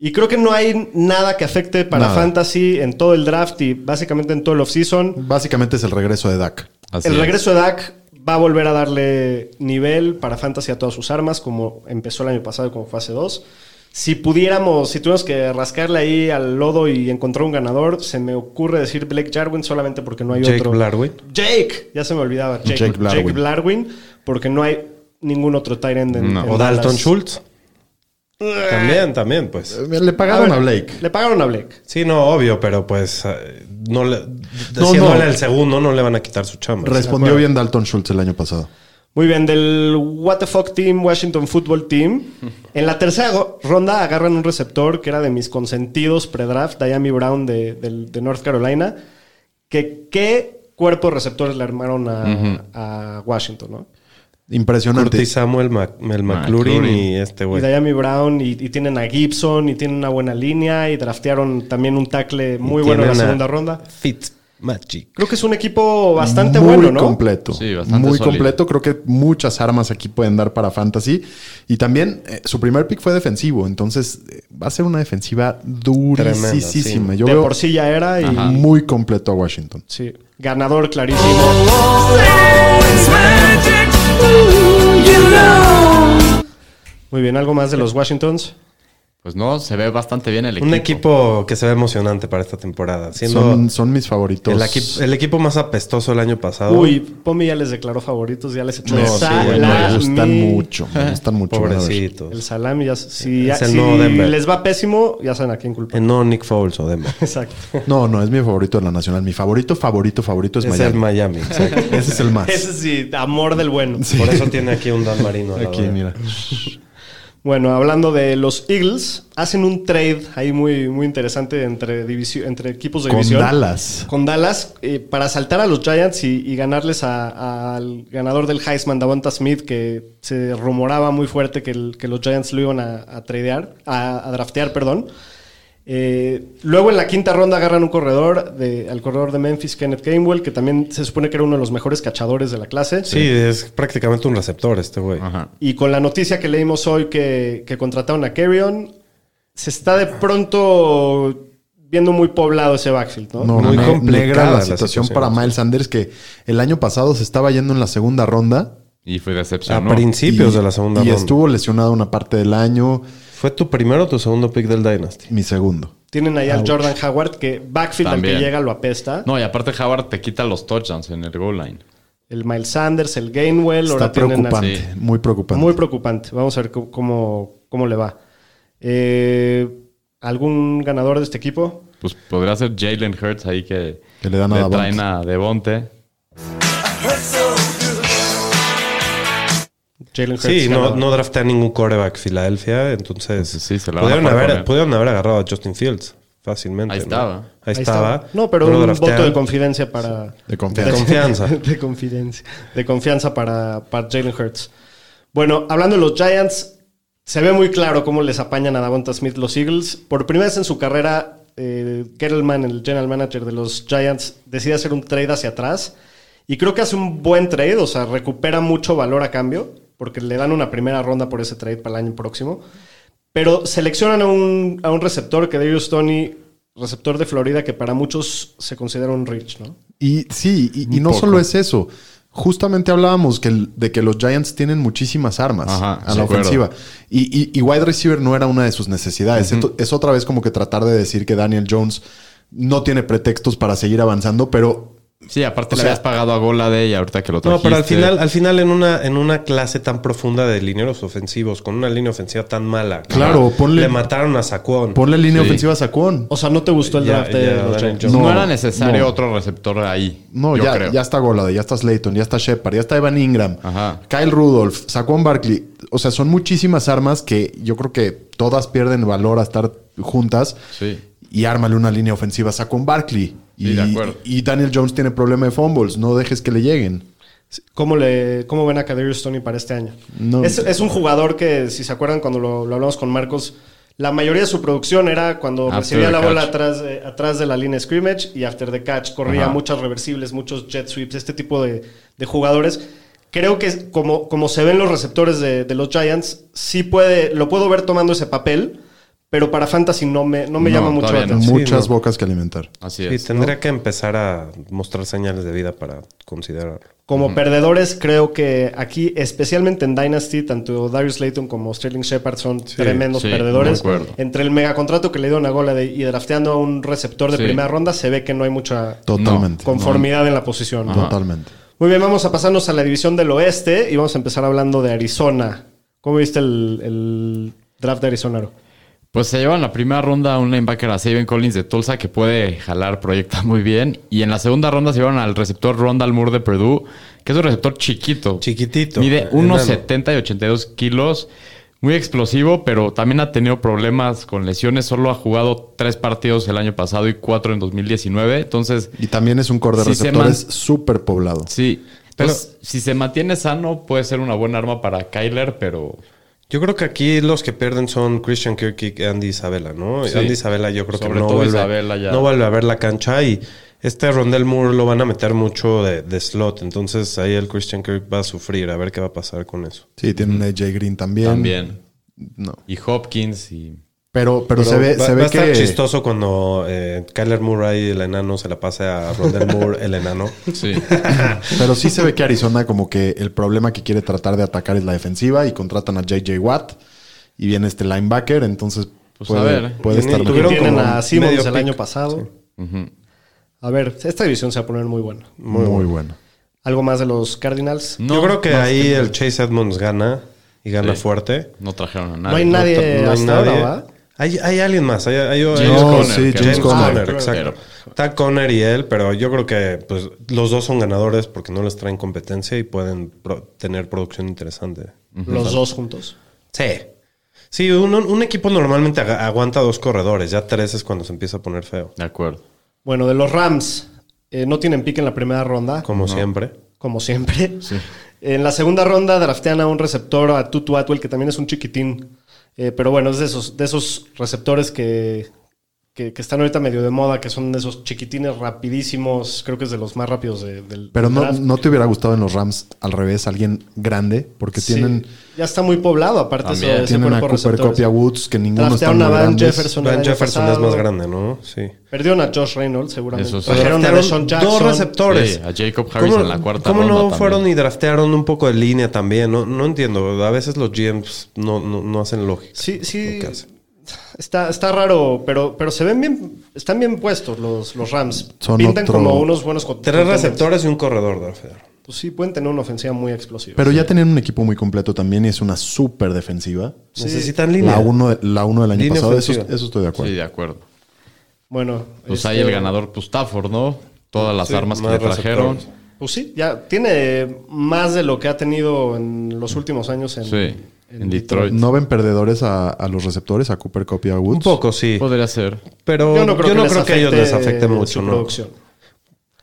S2: Y creo que no hay nada que afecte para
S3: Nada.
S2: Fantasy en todo el draft y básicamente en todo el offseason.
S3: Básicamente es el regreso de Dak.
S5: Así
S2: el
S5: es.
S2: regreso de Dak va a volver a darle nivel para Fantasy a todas sus armas, como empezó el año pasado, como fue hace dos. Si pudiéramos, si tuviéramos que rascarle ahí al lodo y encontrar un ganador, se me ocurre decir Blake Jarwin solamente porque no hay
S4: Jake
S2: otro.
S4: Blarwin.
S2: Jake, ya se me olvidaba. Jake,
S3: Jake
S2: Jake
S3: Blarwin.
S2: Blarwin. porque no hay ningún otro Tyrant en,
S5: No.
S2: en
S4: O Dalton
S2: Dallas.
S4: Schultz. También, también, pues.
S3: Le pagaron a, Blake.
S2: Le pagaron a Blake.
S4: Sí, no, obvio, pero pues eh, no le,
S3: No,
S4: siéndole
S3: no.
S4: el segundo, no le van a quitar su chamba.
S3: Respondió bien Dalton Schultz el año pasado.
S2: Muy bien, del What the Fuck Team, Washington Football Team. En la tercera go- ronda agarran un receptor que era de mis consentidos pre-draft, Diami Brown de, del- de North Carolina. Que, ¿Qué cuerpo de receptores le armaron a, a Washington? ¿no?
S3: Impresionante.
S4: Curtis Samuel, Mac- el McLaurin y este
S2: Y
S4: güey.
S2: Diami Brown, y, y tienen a Gibson, y tienen una buena línea, y draftearon también un tackle muy bueno en la
S4: Tienen a
S2: segunda ronda.
S4: Fitzmagic.
S2: Creo que es un equipo bastante
S3: muy
S2: bueno, ¿no?
S3: completo.
S5: Sí, bastante
S3: Muy
S5: sólido.
S3: completo. Creo que muchas armas aquí pueden dar para fantasy. Y también eh, su primer pick fue defensivo. Entonces eh, va a ser una defensiva durísima.
S4: Tremenda,
S3: Yo
S2: de
S3: veo
S2: por sí ya era, y
S3: muy completo a Washington.
S2: sí, ganador clarísimo. Muy bien, ¿algo más de los Washingtons?
S5: Pues no, se ve bastante bien el equipo.
S4: Un equipo que se ve emocionante para esta temporada. Siendo
S3: Son, son mis favoritos.
S4: el, equi- el equipo más apestoso el año pasado.
S2: Uy, Pomi ya les declaró favoritos, ya les echó
S4: No,
S2: el
S4: sí,
S2: salami.
S4: güey,
S3: me gustan mucho. Me gustan mucho. van a ver.
S2: El
S4: Pobrecitos.
S2: salami, ya, si,
S4: Es el
S2: si
S4: nuevo Denver.
S2: les va pésimo, ya saben a quién culpar.
S4: Eh, No Nick Foles o Denver.
S2: Exacto.
S3: No, no, es mi favorito de la nacional. Mi favorito, favorito, favorito es,
S4: Es el Miami.
S3: Miami.
S4: exacto.
S3: Ese es el más.
S2: Ese sí, amor del bueno.
S4: Por eso tiene aquí un Dan Marino. al lado
S3: Aquí,
S4: de-
S3: mira.
S2: Bueno, hablando de los Eagles, hacen un trade ahí muy, muy interesante entre, divisi- entre equipos de
S3: Con
S2: división.
S3: Dallas.
S2: Con Dallas eh, para saltar a los Giants y, y ganarles a- al ganador del Heisman, Davonta Smith, que se rumoraba muy fuerte que, el- que los Giants lo iban a, a tradear, a, a draftear, perdón. Eh, luego en la quinta ronda agarran un corredor de, al corredor de Memphis, Kenneth Gainwell, que también se supone que era uno de los mejores cachadores de la clase.
S4: Sí, es prácticamente un receptor este güey.
S5: Ajá.
S2: Y con la noticia que leímos hoy que, que contrataron a Carrion, se está de pronto viendo muy poblado ese backfield, ¿no?
S3: No,
S4: Muy
S3: muy
S4: complicada
S3: negra la
S4: la
S3: situación,
S4: situación.
S3: para Miles Sanders, que el año pasado se estaba yendo en la segunda ronda.
S5: Y fue
S4: A
S5: decepción.
S4: principios
S3: y-
S4: de la segunda
S3: Y
S4: ronda.
S3: estuvo lesionado una parte del año,
S4: ¿Fue tu primero o tu segundo pick del Dynasty?
S3: mi segundo.
S2: Tienen ahí al Jordan Howard, que backfield al
S5: También.
S2: que llega lo apesta.
S5: No, y aparte Howard te quita los touchdowns en el goal line.
S2: El Miles Sanders, el Gainwell,
S3: Está
S2: ahora tienen a-
S3: preocupante,
S5: sí.
S3: muy preocupante.
S2: Muy preocupante. Vamos a ver cómo, cómo, cómo le va. Eh, ¿Algún ganador de este equipo?
S5: pues podría ser Jalen Hurts ahí que,
S3: Que le dan a Davante.
S5: traen a Devonte.
S2: Jalen Hurts.
S4: Sí, no,
S2: ganador.
S4: no drafté a ningún coreback Filadelfia, entonces
S5: Entonces, sí, se la van
S4: pudieron,
S5: a jugar con
S4: haber,
S5: él.
S4: pudieron haber agarrado a Justin Fields fácilmente.
S5: Ahí
S4: ¿no?
S5: estaba.
S4: Ahí,
S2: Ahí
S4: estaba.
S2: No, pero
S4: lo
S2: un
S4: draftean.
S2: voto de confidencia para.
S3: De
S4: De
S3: confianza.
S4: confianza.
S2: de confidencia. De confianza para, para Jalen Hurts. Bueno, hablando de los Giants, se ve muy claro cómo les apañan a Davonta Smith los Eagles. Por primera vez en su carrera, eh, Gettleman, el general manager de los Giants, decide hacer un trade hacia atrás. Y creo que hace un buen trade, o sea, recupera mucho valor a cambio, porque le dan una primera ronda por ese trade para el año próximo. Pero seleccionan a un, a un receptor que Darius Tony, receptor de Florida, que para muchos se considera un reach, ¿no?
S3: Y sí, y, y no solo es eso. Justamente hablábamos que el- de que los Giants tienen muchísimas armas
S5: Ajá,
S3: a
S5: sí,
S3: la
S5: de acuerdo.
S3: ofensiva. Y, y- y wide receiver no era una de sus necesidades. Esto- Es otra vez como que tratar de decir que Daniel Jones no tiene pretextos para seguir avanzando, pero
S5: Sí, aparte
S3: O
S5: le
S3: sea-
S5: habías pagado a Gola de ella ahorita que lo
S4: No,
S5: trajiste.
S4: pero al final, al final en una, en una clase tan profunda de lineros ofensivos, con una línea ofensiva tan mala.
S3: Claro, ponle-
S4: Le mataron a Saquon.
S3: ponle línea
S5: Sí.
S3: ofensiva a Sacón.
S2: O sea, no te gustó el
S4: Ya,
S2: draft de
S4: ya,
S2: los
S4: Daniel
S2: Giants.
S5: no,
S3: no,
S5: era necesario
S3: no.
S5: otro receptor ahí.
S3: No,
S5: yo
S3: ya,
S5: creo.
S3: ya está Golade, ya está Slayton, ya está Shepard, ya está Evan Ingram,
S5: Ajá.
S3: Kyle Rudolph, Saquon Barkley. O sea, son muchísimas armas que yo creo que todas pierden valor a estar juntas.
S5: Sí.
S3: Y ármale una línea ofensiva a Saquon Barkley. Y,
S5: Sí, de acuerdo.
S3: y Daniel Jones tiene problema de fumbles. No dejes que le lleguen.
S2: ¿Cómo, le, ¿Cómo ven a Kadarius Tony para este año?
S3: No.
S2: Es, es un jugador que, si se acuerdan cuando lo, lo hablamos con Marcos, la mayoría de su producción era cuando
S5: After
S2: recibía
S5: the
S2: la bola
S5: catch.
S2: atrás de, atrás de la línea scrimmage y after the catch. Corría
S5: Ajá.
S2: muchas reversibles, muchos jet sweeps, este tipo de, de jugadores. Creo que es como, como se ven los receptores de, de los Giants, sí puede, lo puedo ver tomando ese papel, pero para Fantasy no me, no me
S5: No,
S2: llama mucho la
S5: todavía no.
S2: atención.
S3: Muchas
S4: no.
S3: bocas que alimentar.
S5: Así
S4: Sí,
S5: es.
S4: tendría que empezar a mostrar señales de vida para considerarlo.
S2: Como perdedores, creo que aquí, especialmente en Dynasty, tanto Darius Layton como Sterling Shepard son tremendos
S5: sí,
S2: perdedores.
S5: de acuerdo.
S2: Entre el megacontrato que le dio a Gola y drafteando a un receptor de
S5: Sí.
S2: primera ronda, se ve que no hay mucha
S3: Totalmente.
S2: conformidad en la posición.
S3: No, totalmente.
S2: Muy bien, vamos a pasarnos a la división del oeste y vamos a empezar hablando de Arizona. ¿Cómo viste el, el draft de Arizona? Aro?
S5: Pues se lleva en la primera ronda un linebacker a Saban Collins de Tulsa que puede jalar, proyecta muy bien. Y en la segunda ronda se llevan al receptor Rondal Moore de Purdue, que es un receptor chiquito.
S4: Chiquitito.
S5: Mide
S4: Enano.
S5: 1,70 y 82 kilos. Muy explosivo, pero también ha tenido problemas con lesiones. Solo ha jugado tres partidos el año pasado y cuatro en 2019. Entonces,
S3: Y también es un core de
S5: Sí, se
S3: receptores
S5: man-
S3: súper poblado.
S5: sí. Entonces, si se mantiene sano, puede ser una buena arma para Kyler, pero
S4: Yo creo que aquí los que pierden son Christian Kirk y Andy Isabella, ¿no?
S5: Sí.
S4: Andy Isabella yo creo
S5: Sobre
S4: que no
S5: todo
S4: vuelve,
S5: Isabella ya.
S4: no vuelve a ver la cancha y este Rondell Moore lo van a meter mucho de, de slot. Entonces ahí el Christian Kirk va a sufrir. A ver qué va a pasar con eso.
S3: Sí, tiene un AJ Green también.
S5: también.
S3: No.
S5: Y Hopkins y...
S3: Pero, pero, se ve,
S4: va,
S3: se
S4: va
S3: ve
S4: a estar
S3: que.
S4: chistoso cuando eh, Kyler Murray el enano, se la pase a Rondell Moore, el enano.
S5: Sí.
S3: Pero sí se ve que Arizona como que el problema que quiere tratar de atacar es la defensiva y contratan a JJ Watt y viene este linebacker, entonces
S5: Pues
S3: puede,
S5: a ver.
S3: puede
S4: Tienen-
S3: estar
S2: Que
S4: Tuvieron
S2: tienen
S4: como
S2: a Simmons
S4: medio
S2: el
S4: pick.
S2: año pasado. A ver, esta división se va a poner muy buena.
S3: muy, muy bueno.
S2: ¿Algo más de los Cardinals?
S5: No,
S4: yo creo que
S5: no,
S4: ahí el Chase Edmonds gana y gana
S5: Sí.
S4: fuerte.
S5: No trajeron a nadie.
S2: No hay nadie
S4: hay
S2: Eh, hasta ahora, ¿va?
S4: Hay, hay alguien más. Hay, hay- hay-
S5: James
S3: No,
S5: Conner.
S3: sí,
S5: que-
S3: James
S4: James
S3: Conner.
S4: Conner, exacto. Está Conner y él, pero yo creo que pues, los dos son ganadores porque no les traen competencia y pueden pro- tener producción interesante.
S2: Los dos juntos.
S4: Sí. Sí, uno- un, equipo normalmente aga- aguanta dos corredores, ya tres es cuando se empieza a poner feo,
S5: De acuerdo.
S2: Bueno, de los Rams, eh, no tienen pique en la primera ronda,
S4: como siempre.
S2: como siempre. En la segunda ronda draftean a un receptor, a Tutu Atwell, que también es un chiquitín. Eh, pero bueno, es de esos, de esos receptores que, que, que están ahorita medio de moda, que son de esos chiquitines rapidísimos. Creo que es de los más rápidos de- del
S3: Pero no,
S2: draft.
S3: no te hubiera gustado en los Rams al revés, alguien grande, porque
S2: Sí,
S3: tienen,
S2: ya está muy poblado, aparte ese-
S5: También.
S2: ese
S3: tienen a
S2: cuerpo de
S3: Cooper
S2: receptores.
S3: Copia Woods, que ninguno está
S2: Draftearon
S3: muy
S2: a Van
S3: grande.
S2: Jefferson. el
S4: Van
S2: año
S4: Jefferson es
S2: pasado.
S4: más grande, ¿no? Sí.
S2: Perdieron a Josh Reynolds, seguramente.
S5: Eso sí.
S2: Trajeron a Deshaun Jackson.
S4: dos receptores.
S5: Sí, a Jacob Harris en la cuarta
S4: ¿cómo
S5: ronda
S4: no
S5: también?
S4: fueron y draftearon un poco de línea también? No, no entiendo. A veces los GMs no, no, no hacen lógica.
S2: Sí, sí.
S4: lo que hacen.
S2: Está, está raro, pero, pero se ven bien, están bien puestos los, los Rams.
S3: Son
S2: Pintan
S3: otro-
S2: como unos buenos cont-
S4: Tres
S2: contenders.
S4: receptores y un corredor, draftearon.
S2: Pues sí, pueden tener una ofensiva muy explosiva.
S3: Pero ya tenían un equipo muy completo también y es una súper defensiva.
S4: Necesitan línea.
S3: La uno, la uno del año
S4: Línea
S3: pasado, eso,
S4: ofensiva.
S3: eso estoy de acuerdo.
S5: Sí, de acuerdo.
S2: Bueno.
S5: Pues
S2: este,
S5: hay el ganador, pues Stafford, ¿no? Todas las armas que
S4: más
S5: le trajeron.
S4: receptores.
S2: Pues sí, ya tiene más de lo que ha tenido en los últimos años en,
S5: Sí, en Detroit.
S3: ¿No ven perdedores a, a los receptores, a Cooper Copy a Woods?
S4: Un poco, sí.
S2: Pues,
S5: Podría ser.
S4: Pero yo no creo, que, a ellos les afecte mucho,
S2: su
S4: ¿no?
S2: producción.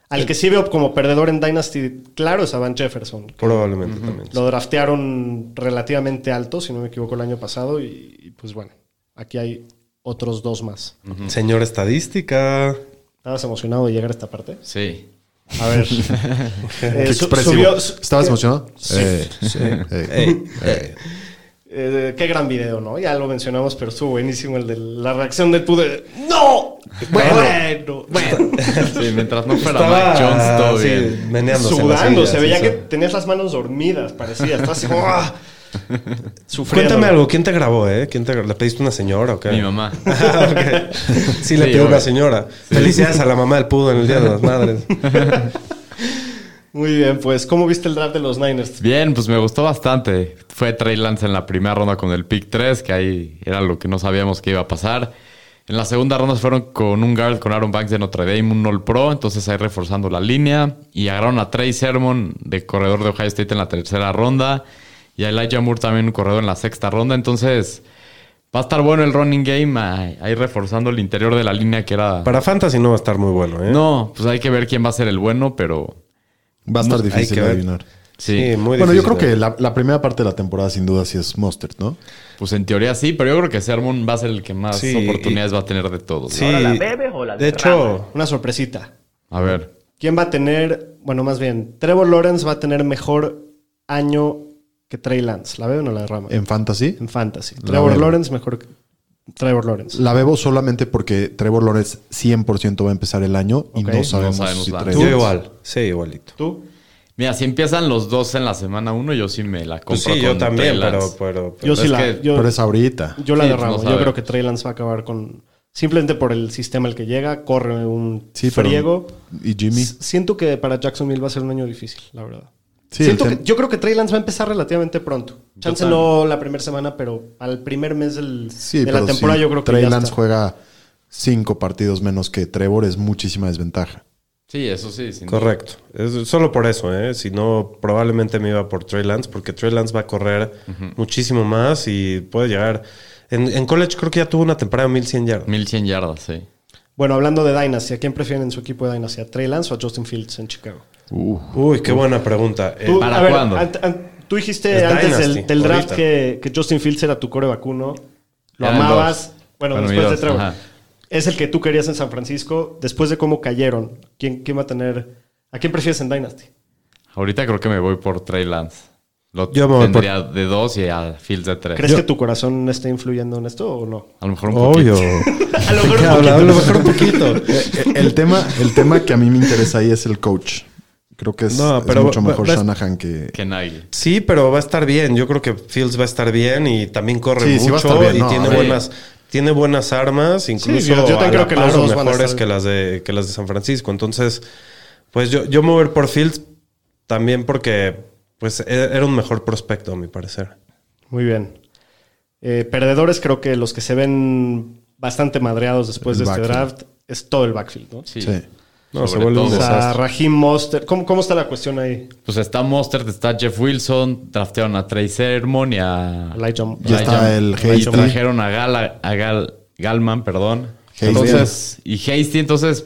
S2: Al que sí veo como perdedor en Dynasty, claro, es a Van Jefferson. que
S4: Probablemente también.
S2: Lo draftearon relativamente alto, si no me equivoco, el año pasado. Y, y, pues bueno, aquí hay otros dos más.
S4: Señor estadística.
S2: ¿Estabas emocionado de llegar a esta parte?
S5: Sí.
S2: A ver.
S3: Qué
S2: Eh, su-
S3: expresivo.
S2: subió- su-
S3: ¿Estabas
S2: eh,
S3: emocionado? Eh, eh.
S4: Ey,
S2: eh, qué gran video, ¿no? Ya lo mencionamos, pero estuvo buenísimo el de la reacción de tú de ¡No! Bueno, bueno.
S5: Sí, mientras no fuera
S4: Estaba, Ah,
S5: Mike Jones, todo
S4: sí,
S5: bien.
S4: meneándose en la
S2: Sudando,
S4: silla,
S2: se
S4: sí,
S2: veía
S4: sí.
S2: que tenías las manos dormidas, parecía. Estás así como, ¡ah! sufriendo.
S4: Cuéntame algo, ¿quién te grabó, eh? ¿Quién te grabó? ¿Le pediste una señora o qué?
S5: Mi mamá.
S4: Ah, ok. Sí, le
S5: Sí,
S4: pidió
S5: obvio.
S4: una señora. Felicidades a la mamá del pudo en el Día de las Madres.
S2: Muy bien, pues, ¿cómo viste el draft de los Niners?
S5: Bien, pues me gustó bastante. Fue Trey Lance en la primera ronda con el pick 3, que ahí era lo que no sabíamos que iba a pasar. En la segunda ronda se fueron con un guard con Aaron Banks de Notre Dame, un All Pro, entonces ahí reforzando la línea. Y agarraron a Trey Sermon de corredor de Ohio State en la tercera ronda. Y a Elijah Moore también un corredor en la sexta ronda. Entonces va a estar bueno el running game ahí, ahí reforzando el interior de la línea que era.
S4: Para Fantasy no va a estar muy bueno, ¿eh?
S5: No, pues hay que ver quién va a ser el bueno, pero
S3: Va a estar
S4: Hay
S3: difícil
S4: que
S3: de
S4: ver.
S3: adivinar.
S4: Sí,
S5: sí.
S4: muy
S3: Bueno,
S4: difícil.
S3: yo
S4: ¿eh?
S3: creo que la, la primera parte de la temporada sin duda sí es Mustard, ¿no?
S5: Pues en teoría sí, pero yo creo que Sermon va a ser el que más
S4: Sí,
S5: oportunidades va a tener de todos.
S4: Sí.
S5: ¿no?
S4: de hecho,
S2: Una sorpresita.
S5: A ver.
S2: ¿Quién va a tener, bueno, más bien, Trevor Lawrence va a tener mejor año que Trey Lance? ¿La veo o no la derrama? En,
S3: En Fantasy.
S2: Fantasy. Trevor
S3: Eh, veo.
S2: Lawrence mejor que Trevor Lawrence.
S3: La bebo solamente porque Trevor Lawrence 100% va a empezar el año y
S2: Ok.
S3: no sabemos,
S5: No sabemos
S3: si
S5: nada.
S3: Trey
S4: yo
S3: Lance-
S4: igual. Sí, igualito.
S2: ¿Tú?
S5: Mira, si empiezan los dos en la semana uno, yo sí me la compro.
S4: Pues sí, yo
S5: con
S4: también,
S5: Trey
S4: pero, pues-
S5: Lance.
S4: pero, pero-
S2: Yo sí
S5: es
S2: la...
S5: que-
S2: Yo,
S3: Pero es ahorita.
S2: yo la
S5: Sí,
S2: derramo.
S5: no
S2: yo
S5: sabe.
S2: creo que Trey Lance va a acabar con... Simplemente por el sistema al que llega, corre un
S3: Sí, pero-
S2: friego.
S3: ¿Y Jimmy?
S2: S- Siento que para Jacksonville va a ser un año difícil, la verdad.
S3: Sí,
S2: Siento
S3: el
S2: que-
S3: tem-
S2: yo creo que Trey Lance va a empezar relativamente pronto. Chance
S5: también.
S2: no la primera semana, pero al primer mes del-
S3: Sí,
S2: de la
S3: pero
S2: temporada
S3: si
S2: yo creo que
S3: Trey
S2: ya
S3: Lance
S2: está.
S3: juega cinco partidos menos que Trevor es muchísima desventaja.
S5: Sí, eso sí. sin duda.
S4: Correcto. Es solo por eso, ¿eh? Si no, probablemente me iba por Trey Lance, porque Trey Lance va a correr muchísimo más y puede llegar. En, en college creo que ya tuvo una temporada de 1100 yardas.
S5: 1100 yardas, sí.
S2: Bueno, hablando de Dynasty, ¿a quién prefieren en su equipo de Dynasty? ¿A Trey Lance o a Justin Fields en Chicago?
S5: Mm.
S4: Uy, qué buena pregunta. Eh,
S2: Tú,
S5: ¿para
S2: a ver,
S5: cuándo?
S2: ant- ant- tú dijiste
S4: Es
S2: antes
S4: Dynasty,
S2: del, del draft
S4: ahorita.
S2: que, que Justin Fields era tu core vacuno. Lo
S5: Eran
S2: amabas.
S5: dos.
S2: Bueno,
S5: Bueno,
S2: después
S5: y
S2: de
S5: dos,
S2: Trevor.
S5: ajá.
S2: Es el que tú querías en San Francisco. Después de cómo cayeron, ¿quién, quién va a tener... ¿A quién prefieres en Dynasty?
S5: Ahorita creo que me voy por Trey Lance. Lo
S4: Yo me voy
S5: tendría de dos y a Fields de tres.
S2: ¿Crees que tu corazón está influyendo en esto o no?
S5: A lo mejor un
S4: obvio.
S5: poquito.
S2: A lo mejor un
S4: Habla-
S2: poquito.
S4: habla mejor un poquito.
S3: Eh, el, tema, el tema que a mí me interesa ahí es el coach. Creo que es,
S4: No,
S3: es
S4: pero-
S3: mucho mejor
S4: pero-
S3: Shanahan que...
S5: Que nadie.
S4: Sí, pero va a estar bien. Yo creo que Fields va a estar bien y también corre
S3: Sí,
S4: mucho
S3: sí va a estar bien,
S4: y
S3: no,
S4: tiene
S3: sí.
S4: buenas tiene buenas armas, incluso
S2: yo- yo también
S4: a
S2: creo
S4: la
S2: que
S4: par
S2: los
S4: o
S2: dos van a
S4: mejores
S2: estar-
S4: que las de que las de San Francisco. Entonces, pues yo yo mover por Fields también porque pues e- era un mejor prospecto a mi parecer.
S2: Muy bien. Eh, perdedores creo que los que se ven bastante madreados después
S3: El
S2: de este
S3: backfield.
S2: draft es todo el backfield, ¿no?
S5: Sí.
S3: Sí.
S4: No, se
S5: Sobre
S4: vuelve un
S5: todo.
S2: O sea,
S4: desastre.
S2: Raheem Monster. ¿Cómo, ¿Cómo está la cuestión ahí?
S5: Pues está Mostert, está Jeff Wilson, draftearon a Trey Sermon y a...
S2: Elijah Moore.
S3: Ah. Ya está el
S5: Hayes.
S3: Hasty.
S5: Trajeron a, Gala- a Gal- Galman, perdón.
S3: Hasty.
S5: Entonces, y Hasty, entonces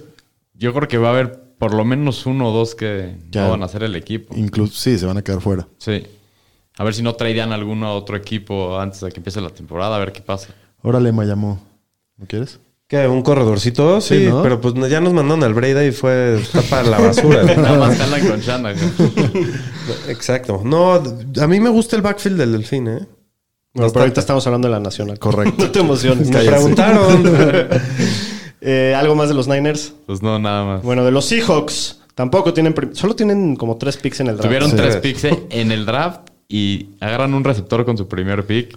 S5: yo creo que va a haber por lo menos uno o dos que
S3: Ya.
S5: no van a ser el equipo.
S3: Incluso, sí, se van a quedar fuera.
S5: Sí. A ver si no traían alguno a otro equipo antes de que empiece la temporada, a ver qué pasa.
S3: Órale, Mayamo. ¿No quieres?
S4: ¿Qué? ¿Un corredorcito? Sí,
S3: Sí, ¿no?
S4: pero pues ya nos mandaron al Breda y fue está para la basura.
S5: Nada más están con Shanahan.
S4: Exacto. No, d- a mí me gusta el backfield del Delfín, ¿eh?
S2: Bueno, pero ahorita estamos hablando de la nacional.
S3: Correcto.
S2: no te emociones.
S4: Me preguntaron.
S2: Eh, ¿Algo más de los Niners?
S5: Pues no, nada más.
S2: Bueno, de los Seahawks. Tampoco tienen... prim- Solo tienen como tres picks en el draft.
S5: Tuvieron
S4: Sí.
S5: tres picks eh, en el draft y agarran un receptor con su primer pick.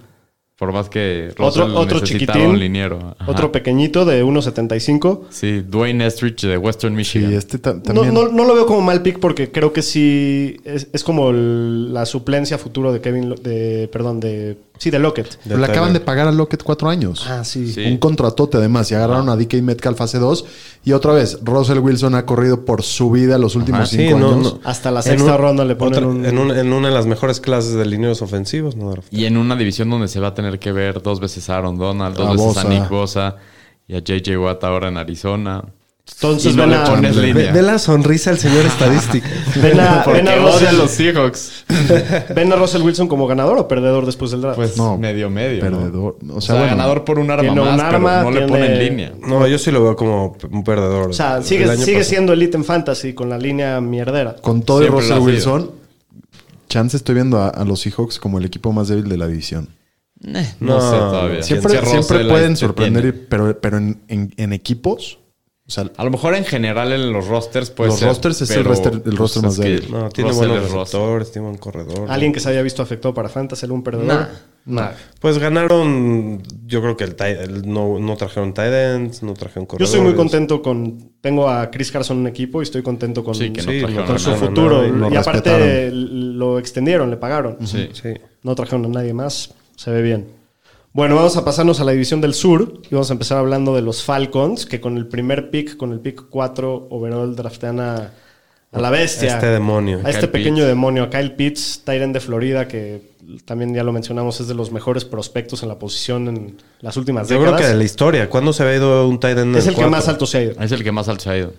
S5: Por más que
S2: Otro,
S5: Russell
S2: otro
S5: necesitaba
S2: chiquitín.
S5: un liniero. Ajá.
S2: Otro pequeñito de 1.75.
S5: Sí, Dwayne Estridge de Western
S3: Y
S5: Michigan.
S3: este ta-
S2: No,
S3: también...
S2: no, no lo veo como mal pick porque creo que sí es, es como el- la suplencia futuro de Kevin Lo- de perdón de Sí, de Lockett.
S3: Pero le acaban de pagar a Lockett cuatro años.
S2: Ah, sí.
S5: Sí.
S3: Un contratote además. Y agarraron a DK Metcalf hace dos. Y otra vez, Russell Wilson ha corrido por su vida los últimos
S4: Ajá, Ah, sí,
S3: cinco
S4: no,
S3: años.
S4: no.
S2: Hasta la sexta ronda le ponen
S4: otra-
S2: un-
S4: en, un- en una de las mejores clases de lineros ofensivos. ¿no?
S5: Y en una división donde se va a tener que ver dos veces a Aaron Donald, dos
S3: A
S5: veces
S3: Bosa.
S5: a Nick Bosa y a JJ Watt ahora en Arizona.
S2: Entonces
S5: Y no
S2: ven
S5: le
S2: a-
S5: pones
S4: Ve,
S5: línea.
S4: ve la sonrisa al señor estadística.
S2: Ven a,
S5: Porque
S2: ven a
S5: odia a
S2: Russell,
S5: los Seahawks.
S2: ven a Russell Wilson como ganador o perdedor después del draft.
S5: Pues
S3: No,
S5: medio medio. ¿no?
S3: perdedor. O sea,
S5: O sea,
S3: bueno.
S5: ganador por un arma
S2: Tiene un
S5: más,
S2: arma,
S5: pero no le
S2: tiene-
S5: ponen línea.
S4: No, yo sí lo veo como un perdedor.
S2: o sea,
S4: Pues, El
S2: sigue,
S4: año
S2: sigue
S4: pasado.
S2: siendo elite en fantasy con la línea mierdera.
S3: Con todo y
S5: Siempre lo
S3: Russell
S5: ha sido.
S3: Wilson, chance estoy viendo a, a los Seahawks como el equipo más débil de la división.
S5: No,
S4: No,
S5: sé todavía.
S3: Siempre,
S5: Quién sea
S3: siempre
S5: Russell, ahí
S3: pueden
S5: se
S3: sorprender,
S5: tiene.
S3: y- pero, pero en, en- en equipos. O sea,
S5: A lo mejor en general en los rosters puede
S3: Los
S5: ser,
S3: rosters es el
S5: pero,
S3: roster- el roster
S5: pues,
S3: más
S5: es que
S3: débil.
S4: No, tiene
S5: Russell
S4: buenos
S5: es Russell.
S4: receptores, tiene buen corredor.
S2: Alguien que se haya visto afectado para fantasy, un perdedor. Nah.
S4: Pues ganaron, yo creo que el, tight- el- no, no trajeron tight ends, no trajeron
S2: Yo
S4: corredores.
S2: estoy muy contento con. Tengo a Chris Carson en un equipo y estoy contento con,
S5: Sí, que no
S4: Sí,
S5: trajeron
S4: con
S5: a
S2: con su
S5: nada.
S4: no, no,
S2: futuro.
S4: no,
S3: no,
S2: y aparte
S3: respetaron.
S2: lo extendieron, le pagaron.
S5: Sí.
S4: Sí.
S2: No trajeron a nadie más. Se ve bien. Bueno, vamos a pasarnos a la división del sur y vamos a empezar hablando de los Falcons, que con el primer pick, con el pick 4 overall, draftean a, a la bestia.
S4: A este demonio.
S2: A este
S5: Kyle
S2: pequeño
S5: Pitts.
S2: demonio, a Kyle Pitts, Tyren de Florida, que también ya lo mencionamos, es de los mejores prospectos en la posición en las últimas
S4: Yo creo
S2: décadas.
S4: que de la historia, ¿cuándo se había ido un tight end?
S2: es
S4: en
S2: el que
S4: cuatro?
S2: más alto se ha ido.
S5: Es el que más alto ha ido.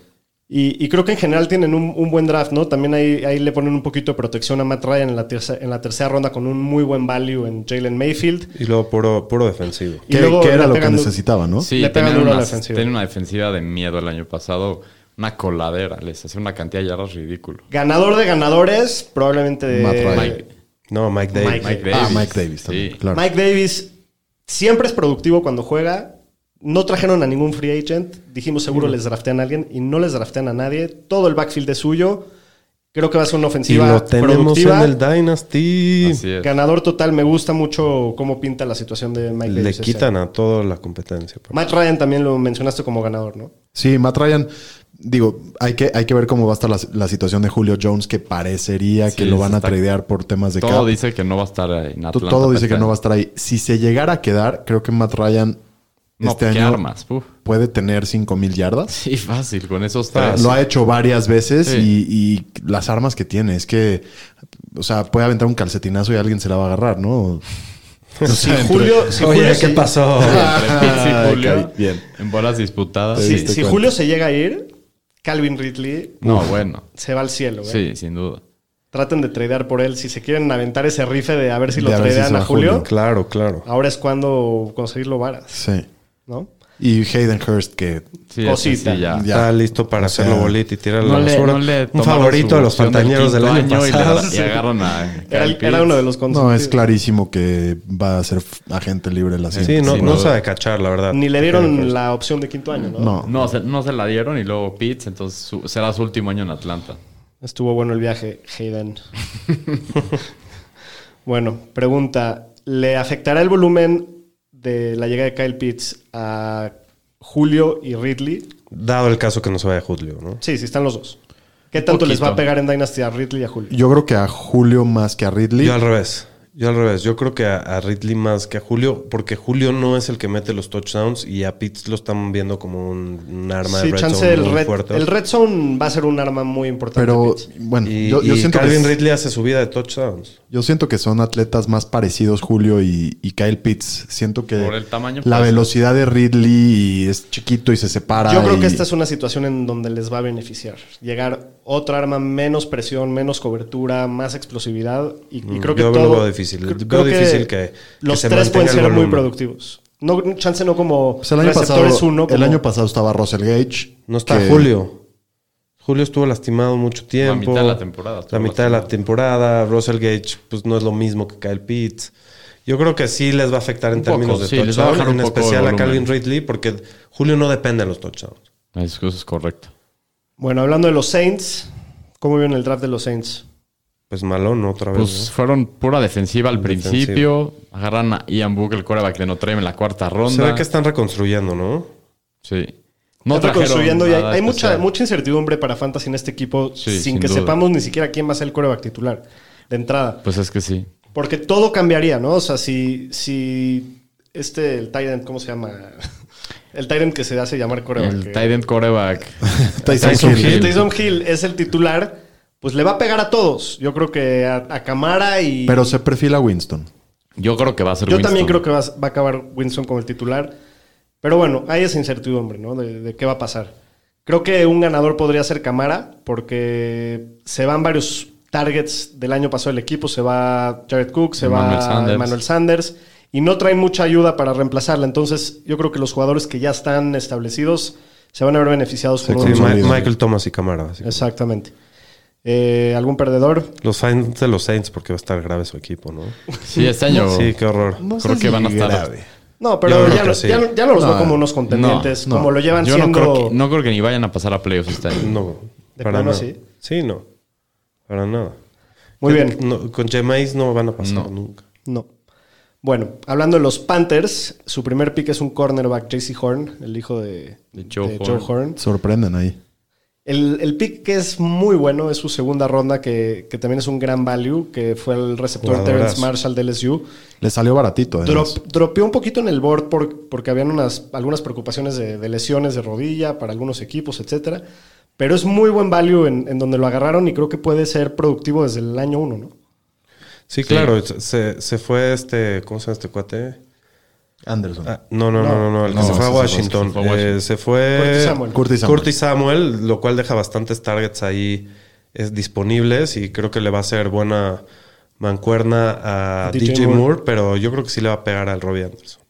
S2: Y, y creo que en general tienen un, un buen draft, ¿no? También ahí, ahí le ponen un poquito de protección a Matt Ryan en la, terce- en la tercera ronda con un muy buen value en Jalen Mayfield.
S4: Y luego puro, puro defensivo.
S2: Y
S3: que,
S2: luego
S3: que era
S2: le
S3: lo que
S2: pegan du-
S3: necesitaba, ¿no?
S5: Sí,
S2: Le pegan
S5: tenían
S2: duro a
S5: una,
S2: la defensiva.
S5: tenían una defensiva de miedo el año pasado. Una coladera. Les hacía una cantidad de yardas ridículo.
S2: Ganador de ganadores, probablemente de
S3: Matt Ryan.
S2: Mike.
S5: Mike,
S4: No, Mike Davis.
S2: Mike
S5: Mike Davis.
S3: Ah, Mike Davis también,
S5: Sí.
S3: claro.
S2: Davis. Siempre es productivo cuando juega. No trajeron a ningún free agent. Dijimos seguro les draftean a alguien y no les draftean a nadie. Todo el backfield es suyo. Creo que va a ser una
S4: Y
S2: ofensiva
S4: lo tenemos en
S2: productiva.
S4: el Dynasty.
S5: Así es.
S2: Ganador total. Me gusta mucho cómo pinta la situación de Mike
S4: Le
S2: Davis. este
S4: quitan a toda la competencia. pero-
S2: Matt Ryan también lo mencionaste como ganador, ¿no?
S3: Sí, Matt Ryan, digo, hay que, hay que ver cómo va a estar la, la situación de Julio Jones, que parecería que
S5: Sí,
S3: lo
S5: se
S3: van a
S5: está-
S3: tradear por temas de
S5: Todo
S3: cap.
S5: dice que no va a estar
S3: To-
S5: en Atlanta. este
S3: Todo dice que no va a
S5: estar.
S3: estar ahí. Si se llegara a quedar, creo que Matt Ryan
S5: No,
S3: este
S5: ¿qué
S3: año
S5: armas? Uf.
S3: puede tener 5 mil yardas.
S5: Sí, fácil. Con esos
S3: Lo
S4: Ah,
S5: tres.
S3: ha hecho varias veces
S5: Sí.
S3: y, y las armas que tiene. Es que, o sea, puede aventar un calcetinazo y alguien se la va a agarrar, ¿no? O sea, entre-
S2: Julio, si
S4: Oye,
S2: Julio se-
S4: ¿qué pasó?
S5: Entre Pitts y
S3: Ay,
S5: Julio.
S3: caray, bien.
S5: En bolas disputadas.
S3: Sí.
S2: si-
S3: diste
S2: si
S3: cuenta.
S2: Julio se llega a ir, Calvin Ridley
S5: No, bueno.
S2: se va al cielo. ¿eh?
S5: Sí, sin duda.
S2: Traten de tradear por él. Si se quieren aventar ese rife de a ver si lo
S3: De a ver si
S2: tradean
S3: se
S2: a
S3: va
S2: Julio,
S3: Julio.
S4: Claro, claro.
S2: ahora es cuando conseguirlo varas,
S3: Sí.
S2: ¿no?
S3: Y Hayden Hurst, que
S5: Sí, ese
S2: Cosita.
S5: sí, ya.
S3: Ya.
S4: Está listo para
S3: sea,
S4: hacerlo bolita y tirar la
S5: No le-
S4: basura.
S5: no le
S4: un
S5: tomaron su
S4: favorito de los
S5: opción
S4: pantañeros del
S5: quinto
S4: año
S5: y le-
S4: pasado.
S5: Y, agarran a
S2: Era,
S5: Kyle
S2: era
S5: Pitts.
S2: uno de los consentidos.
S3: no es clarísimo que va a ser f- agente libre la
S4: Sí, no,
S5: sin
S4: no
S5: duda.
S4: sabe cachar, la verdad.
S2: Ni le
S4: Pero,
S2: dieron la opción de quinto año, ¿no?
S3: No.
S5: No se, no se la dieron y luego Pitts, entonces su- será su último año en Atlanta.
S2: Estuvo bueno el viaje, Hayden. bueno, pregunta. ¿Le afectará el volumen de la llegada de Kyle Pitts a Julio y Ridley?
S4: Dado el caso que no se vaya Julio, ¿no?
S2: Sí, sí, están los dos. ¿Qué tanto les va a
S5: poquito.
S2: pegar en Dynasty a Ridley y a Julio?
S3: Yo creo que a Julio más que a Ridley.
S4: Yo al revés. Yo al revés. Yo creo que a, a Ridley más que a Julio, porque Julio no es el que mete los touchdowns y a Pitts lo están viendo como un, un arma
S2: Sí,
S4: de red
S2: chance
S4: zone
S2: el
S4: muy
S2: red,
S4: fuerte.
S2: el red zone va a ser un arma muy importante.
S3: pero
S2: Pitts.
S3: bueno,
S4: y,
S3: yo, yo
S4: y
S3: siento
S4: Calvin
S3: que,
S4: Ridley hace su vida de touchdowns.
S3: yo siento que son atletas más parecidos Julio y, y Kyle Pitts. Siento que
S5: Por el tamaño,
S3: la
S5: pues.
S3: velocidad de Ridley y es chiquito y se separa.
S2: yo creo que
S3: y-
S2: esta es una situación en donde les va a beneficiar. Llegar otra arma, menos presión, menos cobertura, más explosividad. Y, y creo que
S4: Mm, yo
S2: todo.
S4: lo veo difícil.
S2: cre-
S4: Veo
S2: creo
S4: difícil que- que
S2: los
S4: se
S2: tres pueden
S4: mantenga el
S2: ser muy
S4: volumen.
S2: productivos. No, chance no como
S3: Pues el año pasado,
S2: receptores uno.
S3: el
S2: como-
S3: año pasado estaba Russell Gage.
S4: No está
S3: que-
S4: Julio. Julio estuvo lastimado mucho tiempo.
S5: mitad de la temporada
S4: La
S5: estuvo
S4: mitad de la temporada. Russell Gage, pues no es lo mismo que Kyle Pitts. Yo creo que sí les va a afectar en
S5: Un poco,
S4: términos de
S5: sí, les va a
S4: touchdowns,
S5: bajar un
S4: en
S5: poco el
S4: especial a
S5: volumen.
S4: Calvin Ridley, porque Julio no depende de los touchdowns.
S5: Eso eso es correcto.
S2: Bueno, hablando de los Saints, ¿cómo vieron el draft de los Saints?
S4: Pues Malón otra vez.
S5: Pues
S4: ¿no?
S5: fueron pura defensiva al
S4: Defensiva.
S5: principio. Agarran a Ian Book, el coreback de Notre Dame, en la cuarta ronda.
S4: Se ve que están reconstruyendo, ¿no?
S5: Sí. No
S2: Está
S5: trajeron
S2: reconstruyendo y hay,
S5: nada
S2: hay mucha,
S5: especial.
S2: mucha incertidumbre para Fantasy en este equipo
S5: Sí,
S2: sin,
S5: sin
S2: que
S5: duda.
S2: sepamos ni siquiera quién va a ser el coreback titular de entrada.
S5: Pues es que sí.
S2: Porque todo cambiaría, ¿no? O sea, si, si este, el Tyrant, ¿cómo se llama? El Tyrant que se hace llamar coreback.
S5: El
S2: que-
S5: tight end coreback.
S3: Tyson,
S5: Tyson
S3: Hill.
S5: Hill.
S2: que Taysom Hill es el titular, pues le va a pegar a todos. Yo creo que a, a Camara y...
S3: Pero se perfila Winston.
S5: Yo creo que va a ser
S2: Yo
S5: Winston.
S2: también creo que va, a- va a acabar Winston como el titular. Pero bueno, hay esa incertidumbre, ¿no? De, de qué va a pasar. Creo que un ganador podría ser Camara, porque se van varios targets del año pasado del equipo. Se va Jared Cook, se
S5: Emmanuel
S2: va
S5: Sanders.
S2: Emmanuel Sanders. Y no traen mucha ayuda para reemplazarla. Entonces, yo creo que los jugadores que ya están establecidos se van a ver beneficiados con
S3: Sí,
S2: uno de
S4: Sí,
S2: los
S4: Ma-
S3: Sonido.
S4: Michael Thomas y Camara. así.
S2: Exactamente. Eh, ¿Algún perdedor?
S4: Los fans de los Saints, porque va a estar grave su equipo, ¿no?
S3: Oh.
S5: Sí, este año.
S4: Sí, qué horror.
S3: No sé
S5: Creo que
S3: si
S5: van a estar-
S3: grave.
S2: No,
S4: Yo
S2: pero
S4: creo
S2: ya,
S4: que
S2: no-
S4: sí.
S2: ya no- ya no los veo
S3: No,
S2: como unos contendientes,
S3: no,
S2: como lo llevan
S5: Yo no
S2: siendo...
S5: creo, que, no creo que ni vayan a pasar a playoffs este año.
S4: No.
S2: ¿De
S4: para
S2: plano
S4: nada.
S2: sí?
S4: Sí, no. Para nada.
S2: Muy
S4: Que-
S2: bien.
S4: no, con Jameis no van a pasar
S5: No.
S4: nunca.
S2: No. Bueno, hablando de los Panthers, su primer pick es un cornerback, JC Horn, el hijo de,
S5: De Joe
S2: de
S5: Horn.
S3: Sorprenden ahí.
S2: El, el pick que es muy bueno es su segunda ronda, que, que también es un gran value, que fue el receptor
S4: Jugadorazo.
S2: Terrence Marshall de LSU.
S3: Le salió baratito, eh.
S2: Drop,
S3: además.
S2: dropeó un poquito en el board por- porque habían unas, algunas preocupaciones de, de lesiones de rodilla para algunos equipos, etcétera. Pero es muy buen value en, en donde lo agarraron y creo que puede ser productivo desde el año uno, ¿no?
S4: Sí, claro. Se, se fue este. ¿Cómo se llama este cuate?
S3: Anderson.
S4: Ah, no, no, no, no, no, El que
S3: No,
S4: se fue a
S3: ese se fue,
S4: Washington.
S5: se fue a Washington.
S4: Eh, se fue.
S2: Curtis Samuel.
S3: Curtis Samuel.
S4: Curtis Samuel, lo cual deja bastantes targets ahí es, disponibles y creo que le va a ser buena mancuerna a
S2: DJ
S4: DJ,
S2: Moore.
S4: Moore. pero yo creo que sí le va a pegar al Robbie Anderson.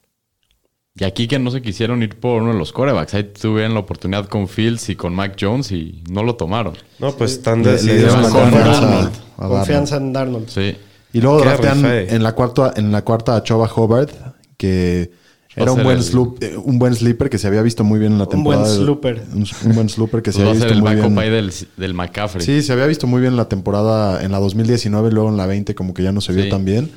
S5: Y aquí que no se quisieron ir por uno de los corebacks. Ahí tuvieron la oportunidad con Fields y con Mac Jones y no lo tomaron.
S4: No, pues están
S3: Le- le
S4: decididos.
S3: dieron
S5: a
S4: con-
S5: Darnold.
S3: confianza a- a
S2: Confianza en Darnold.
S5: Sí.
S3: Y luego
S4: Qué
S3: draftean
S4: rifa, eh.
S3: en la cuarta, en la cuarta a Choba Hobart, que
S5: Va
S3: era
S5: a
S3: un
S5: ser
S3: buen,
S5: el-
S3: sloop, eh, un buen sleeper que se había visto muy bien en la
S2: Un
S3: temporada.
S2: buen
S3: de-
S2: slooper.
S3: Un, un buen slooper que se
S5: Pues va a
S3: había
S5: ser
S3: visto
S5: el
S3: muy
S5: backup ahí
S3: bien.
S5: del, del McCaffrey.
S3: Sí, se había visto muy bien en la temporada en la 2019, luego en la 20 como que ya no se vio
S5: Sí.
S3: tan bien.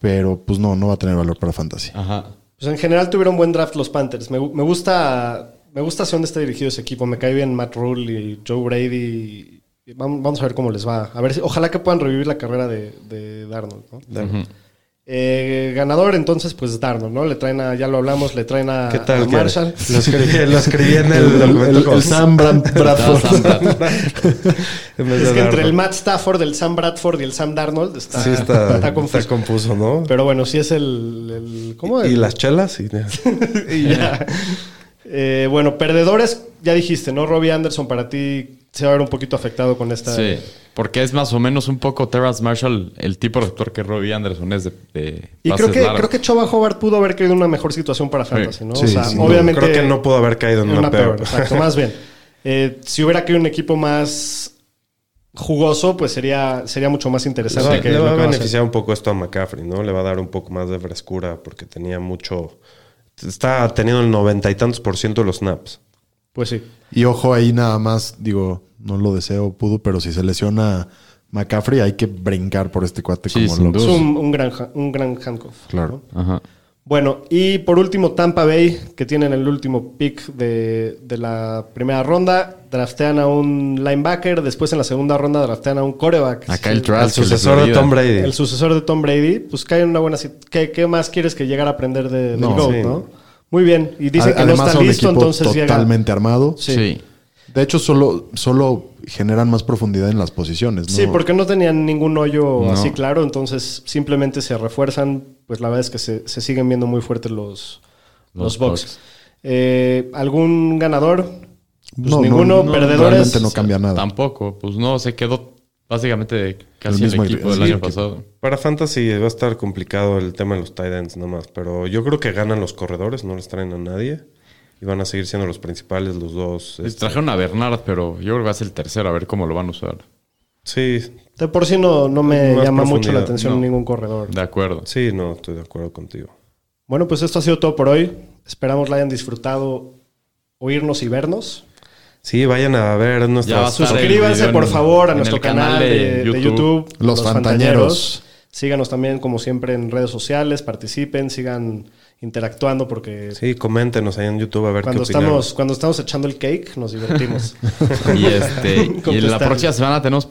S3: Pero pues no, no va a tener valor para Fantasy.
S5: Ajá.
S2: Pues en general tuvieron buen draft los Panthers. Me, gu- me gusta me gusta hacia dónde está dirigido ese equipo. Me cae bien Matt Rule y Joe Brady. Y vam- Vamos a ver cómo les va. A ver, si- ojalá que puedan revivir la carrera de, de Darnold. ¿no? Eh, ganador entonces pues Darnold, ¿no? Le traen a, ya lo hablamos, le traen a,
S4: ¿Qué
S2: a
S4: tal? que-
S2: Marshall.
S4: Lo escribí, lo escribí en el,
S3: El,
S4: documento
S3: el-
S4: como-
S3: el Sam Bran-
S5: Sam
S3: Bradford.
S5: Bradford.
S4: en vez
S2: Es
S4: de
S2: que entre
S4: Darnold.
S2: el Matt Stafford, el Sam Bradford y el Sam Darnold está,
S4: Sí, está,
S2: está confuso.
S4: está compuso, ¿no?
S2: Pero bueno, sí es el... el- ¿Cómo?
S4: y
S2: El-
S4: las chelas. Y,
S2: Y ya. Eh, bueno, perdedores, ya dijiste, ¿no? Robbie Anderson para ti se va a ver un poquito afectado con esta.
S5: Sí, porque es más o menos un poco Terrence Marshall, el tipo de receptor que Robbie Anderson es de, de
S2: Y
S5: pases
S2: creo que,
S5: largos.
S2: creo que Choba Hobart pudo haber creado una mejor situación para Fantasy, ¿no?
S3: Sí,
S2: o sea,
S3: sin duda.
S2: obviamente.
S4: creo que no pudo haber caído en
S2: en
S4: una, peor.
S2: Exacto, más bien. Eh, si hubiera que un equipo más jugoso, pues sería, sería mucho más
S4: Le va,
S2: interesante que
S4: le
S2: lo
S4: va a
S2: que va a
S4: beneficiar un poco esto a McCaffrey, ¿no? Le va a dar un poco más de frescura porque tenía mucho. Está teniendo el noventa y tantos por ciento de los snaps.
S2: ser. Pues sí.
S3: Y ojo ahí nada más, digo, no lo deseo, pudo, pero si se lesiona McCaffrey hay que brincar por este cuate
S5: Sí,
S3: como
S5: sin
S3: loco.
S2: Es
S5: duda.
S2: un, un gran, ha- un gran handcuff.
S3: Claro.
S5: Ajá.
S2: Bueno, y por último, Tampa Bay, que tienen el último pick de, de la primera ronda. Draftean a un linebacker. Después, en la segunda ronda, draftean a un coreback.
S5: A Kyle
S2: el,
S5: Trask.
S4: Al sucesor de Tom Brady.
S2: el sucesor de Tom Brady. Pues cae en una buena. sit- ¿Qué, qué más quieres que llegar a aprender de, del
S3: No,
S2: GOAT,
S4: sí.
S2: no? Muy bien. Y dicen
S3: A-
S2: que no
S3: a
S2: está
S3: un
S2: listo,
S3: equipo
S2: entonces llega.
S3: totalmente armado.
S5: Sí.
S3: De hecho, solo, solo generan más profundidad en las posiciones, ¿no?
S2: Sí, porque no tenían ningún hoyo
S5: No.
S2: así claro, entonces simplemente se refuerzan. Pues la verdad es que se, se siguen viendo muy fuertes los, los,
S5: Los
S2: Bucks.
S5: Bucks.
S2: Eh, ¿Algún ganador? Pues
S3: No, no,
S2: ninguno,
S3: no,
S2: perdedores.
S3: realmente no cambia nada.
S5: Tampoco, pues no, se quedó básicamente casi el,
S3: mismo
S5: equipo
S3: equipo,
S5: del
S3: sí,
S5: año
S3: equipo.
S5: pasado.
S4: Para Fantasy va a estar complicado el tema de los tight ends nomás, pero yo creo que ganan los corredores, no les traen a nadie y van a seguir siendo los principales los dos.
S5: Les
S4: este,
S5: trajeron a Bernard, pero yo creo que va a ser el tercero, a ver cómo lo van a usar.
S4: Sí,
S2: De por sí no, no me
S4: Más
S2: llama mucho la
S4: profundidad,
S2: atención
S5: no.
S2: ningún corredor.
S5: De acuerdo.
S4: sí, no, estoy de acuerdo contigo.
S2: Bueno, pues esto ha sido todo por hoy. Esperamos la hayan disfrutado oírnos y vernos.
S4: Sí, vayan a ver
S5: Ya va a
S4: nuestras
S5: estar el
S2: Suscríbanse,
S5: video
S2: por
S5: en-
S2: favor, a
S5: en
S2: nuestro
S5: el
S2: canal, de, de YouTube.
S3: Los Fantañeros.
S2: Síganos también, como siempre, en redes sociales. Participen, sigan interactuando porque
S4: Sí, coméntenos ahí en YouTube a ver
S2: cuando,
S4: qué opinan.
S2: estamos, cuando estamos echando el cake nos divertimos.
S5: Y, este, y la
S2: Contestar.
S5: próxima semana tenemos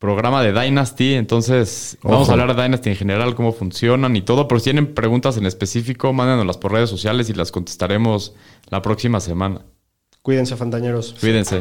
S5: programa de Dynasty. Entonces, vamos
S3: Ojo.
S5: a hablar de Dynasty en general, cómo funcionan y todo. Pero si tienen preguntas en específico, mándanoslas por redes sociales y las contestaremos la próxima semana.
S2: Cuídense, fantañeros.
S5: Cuídense.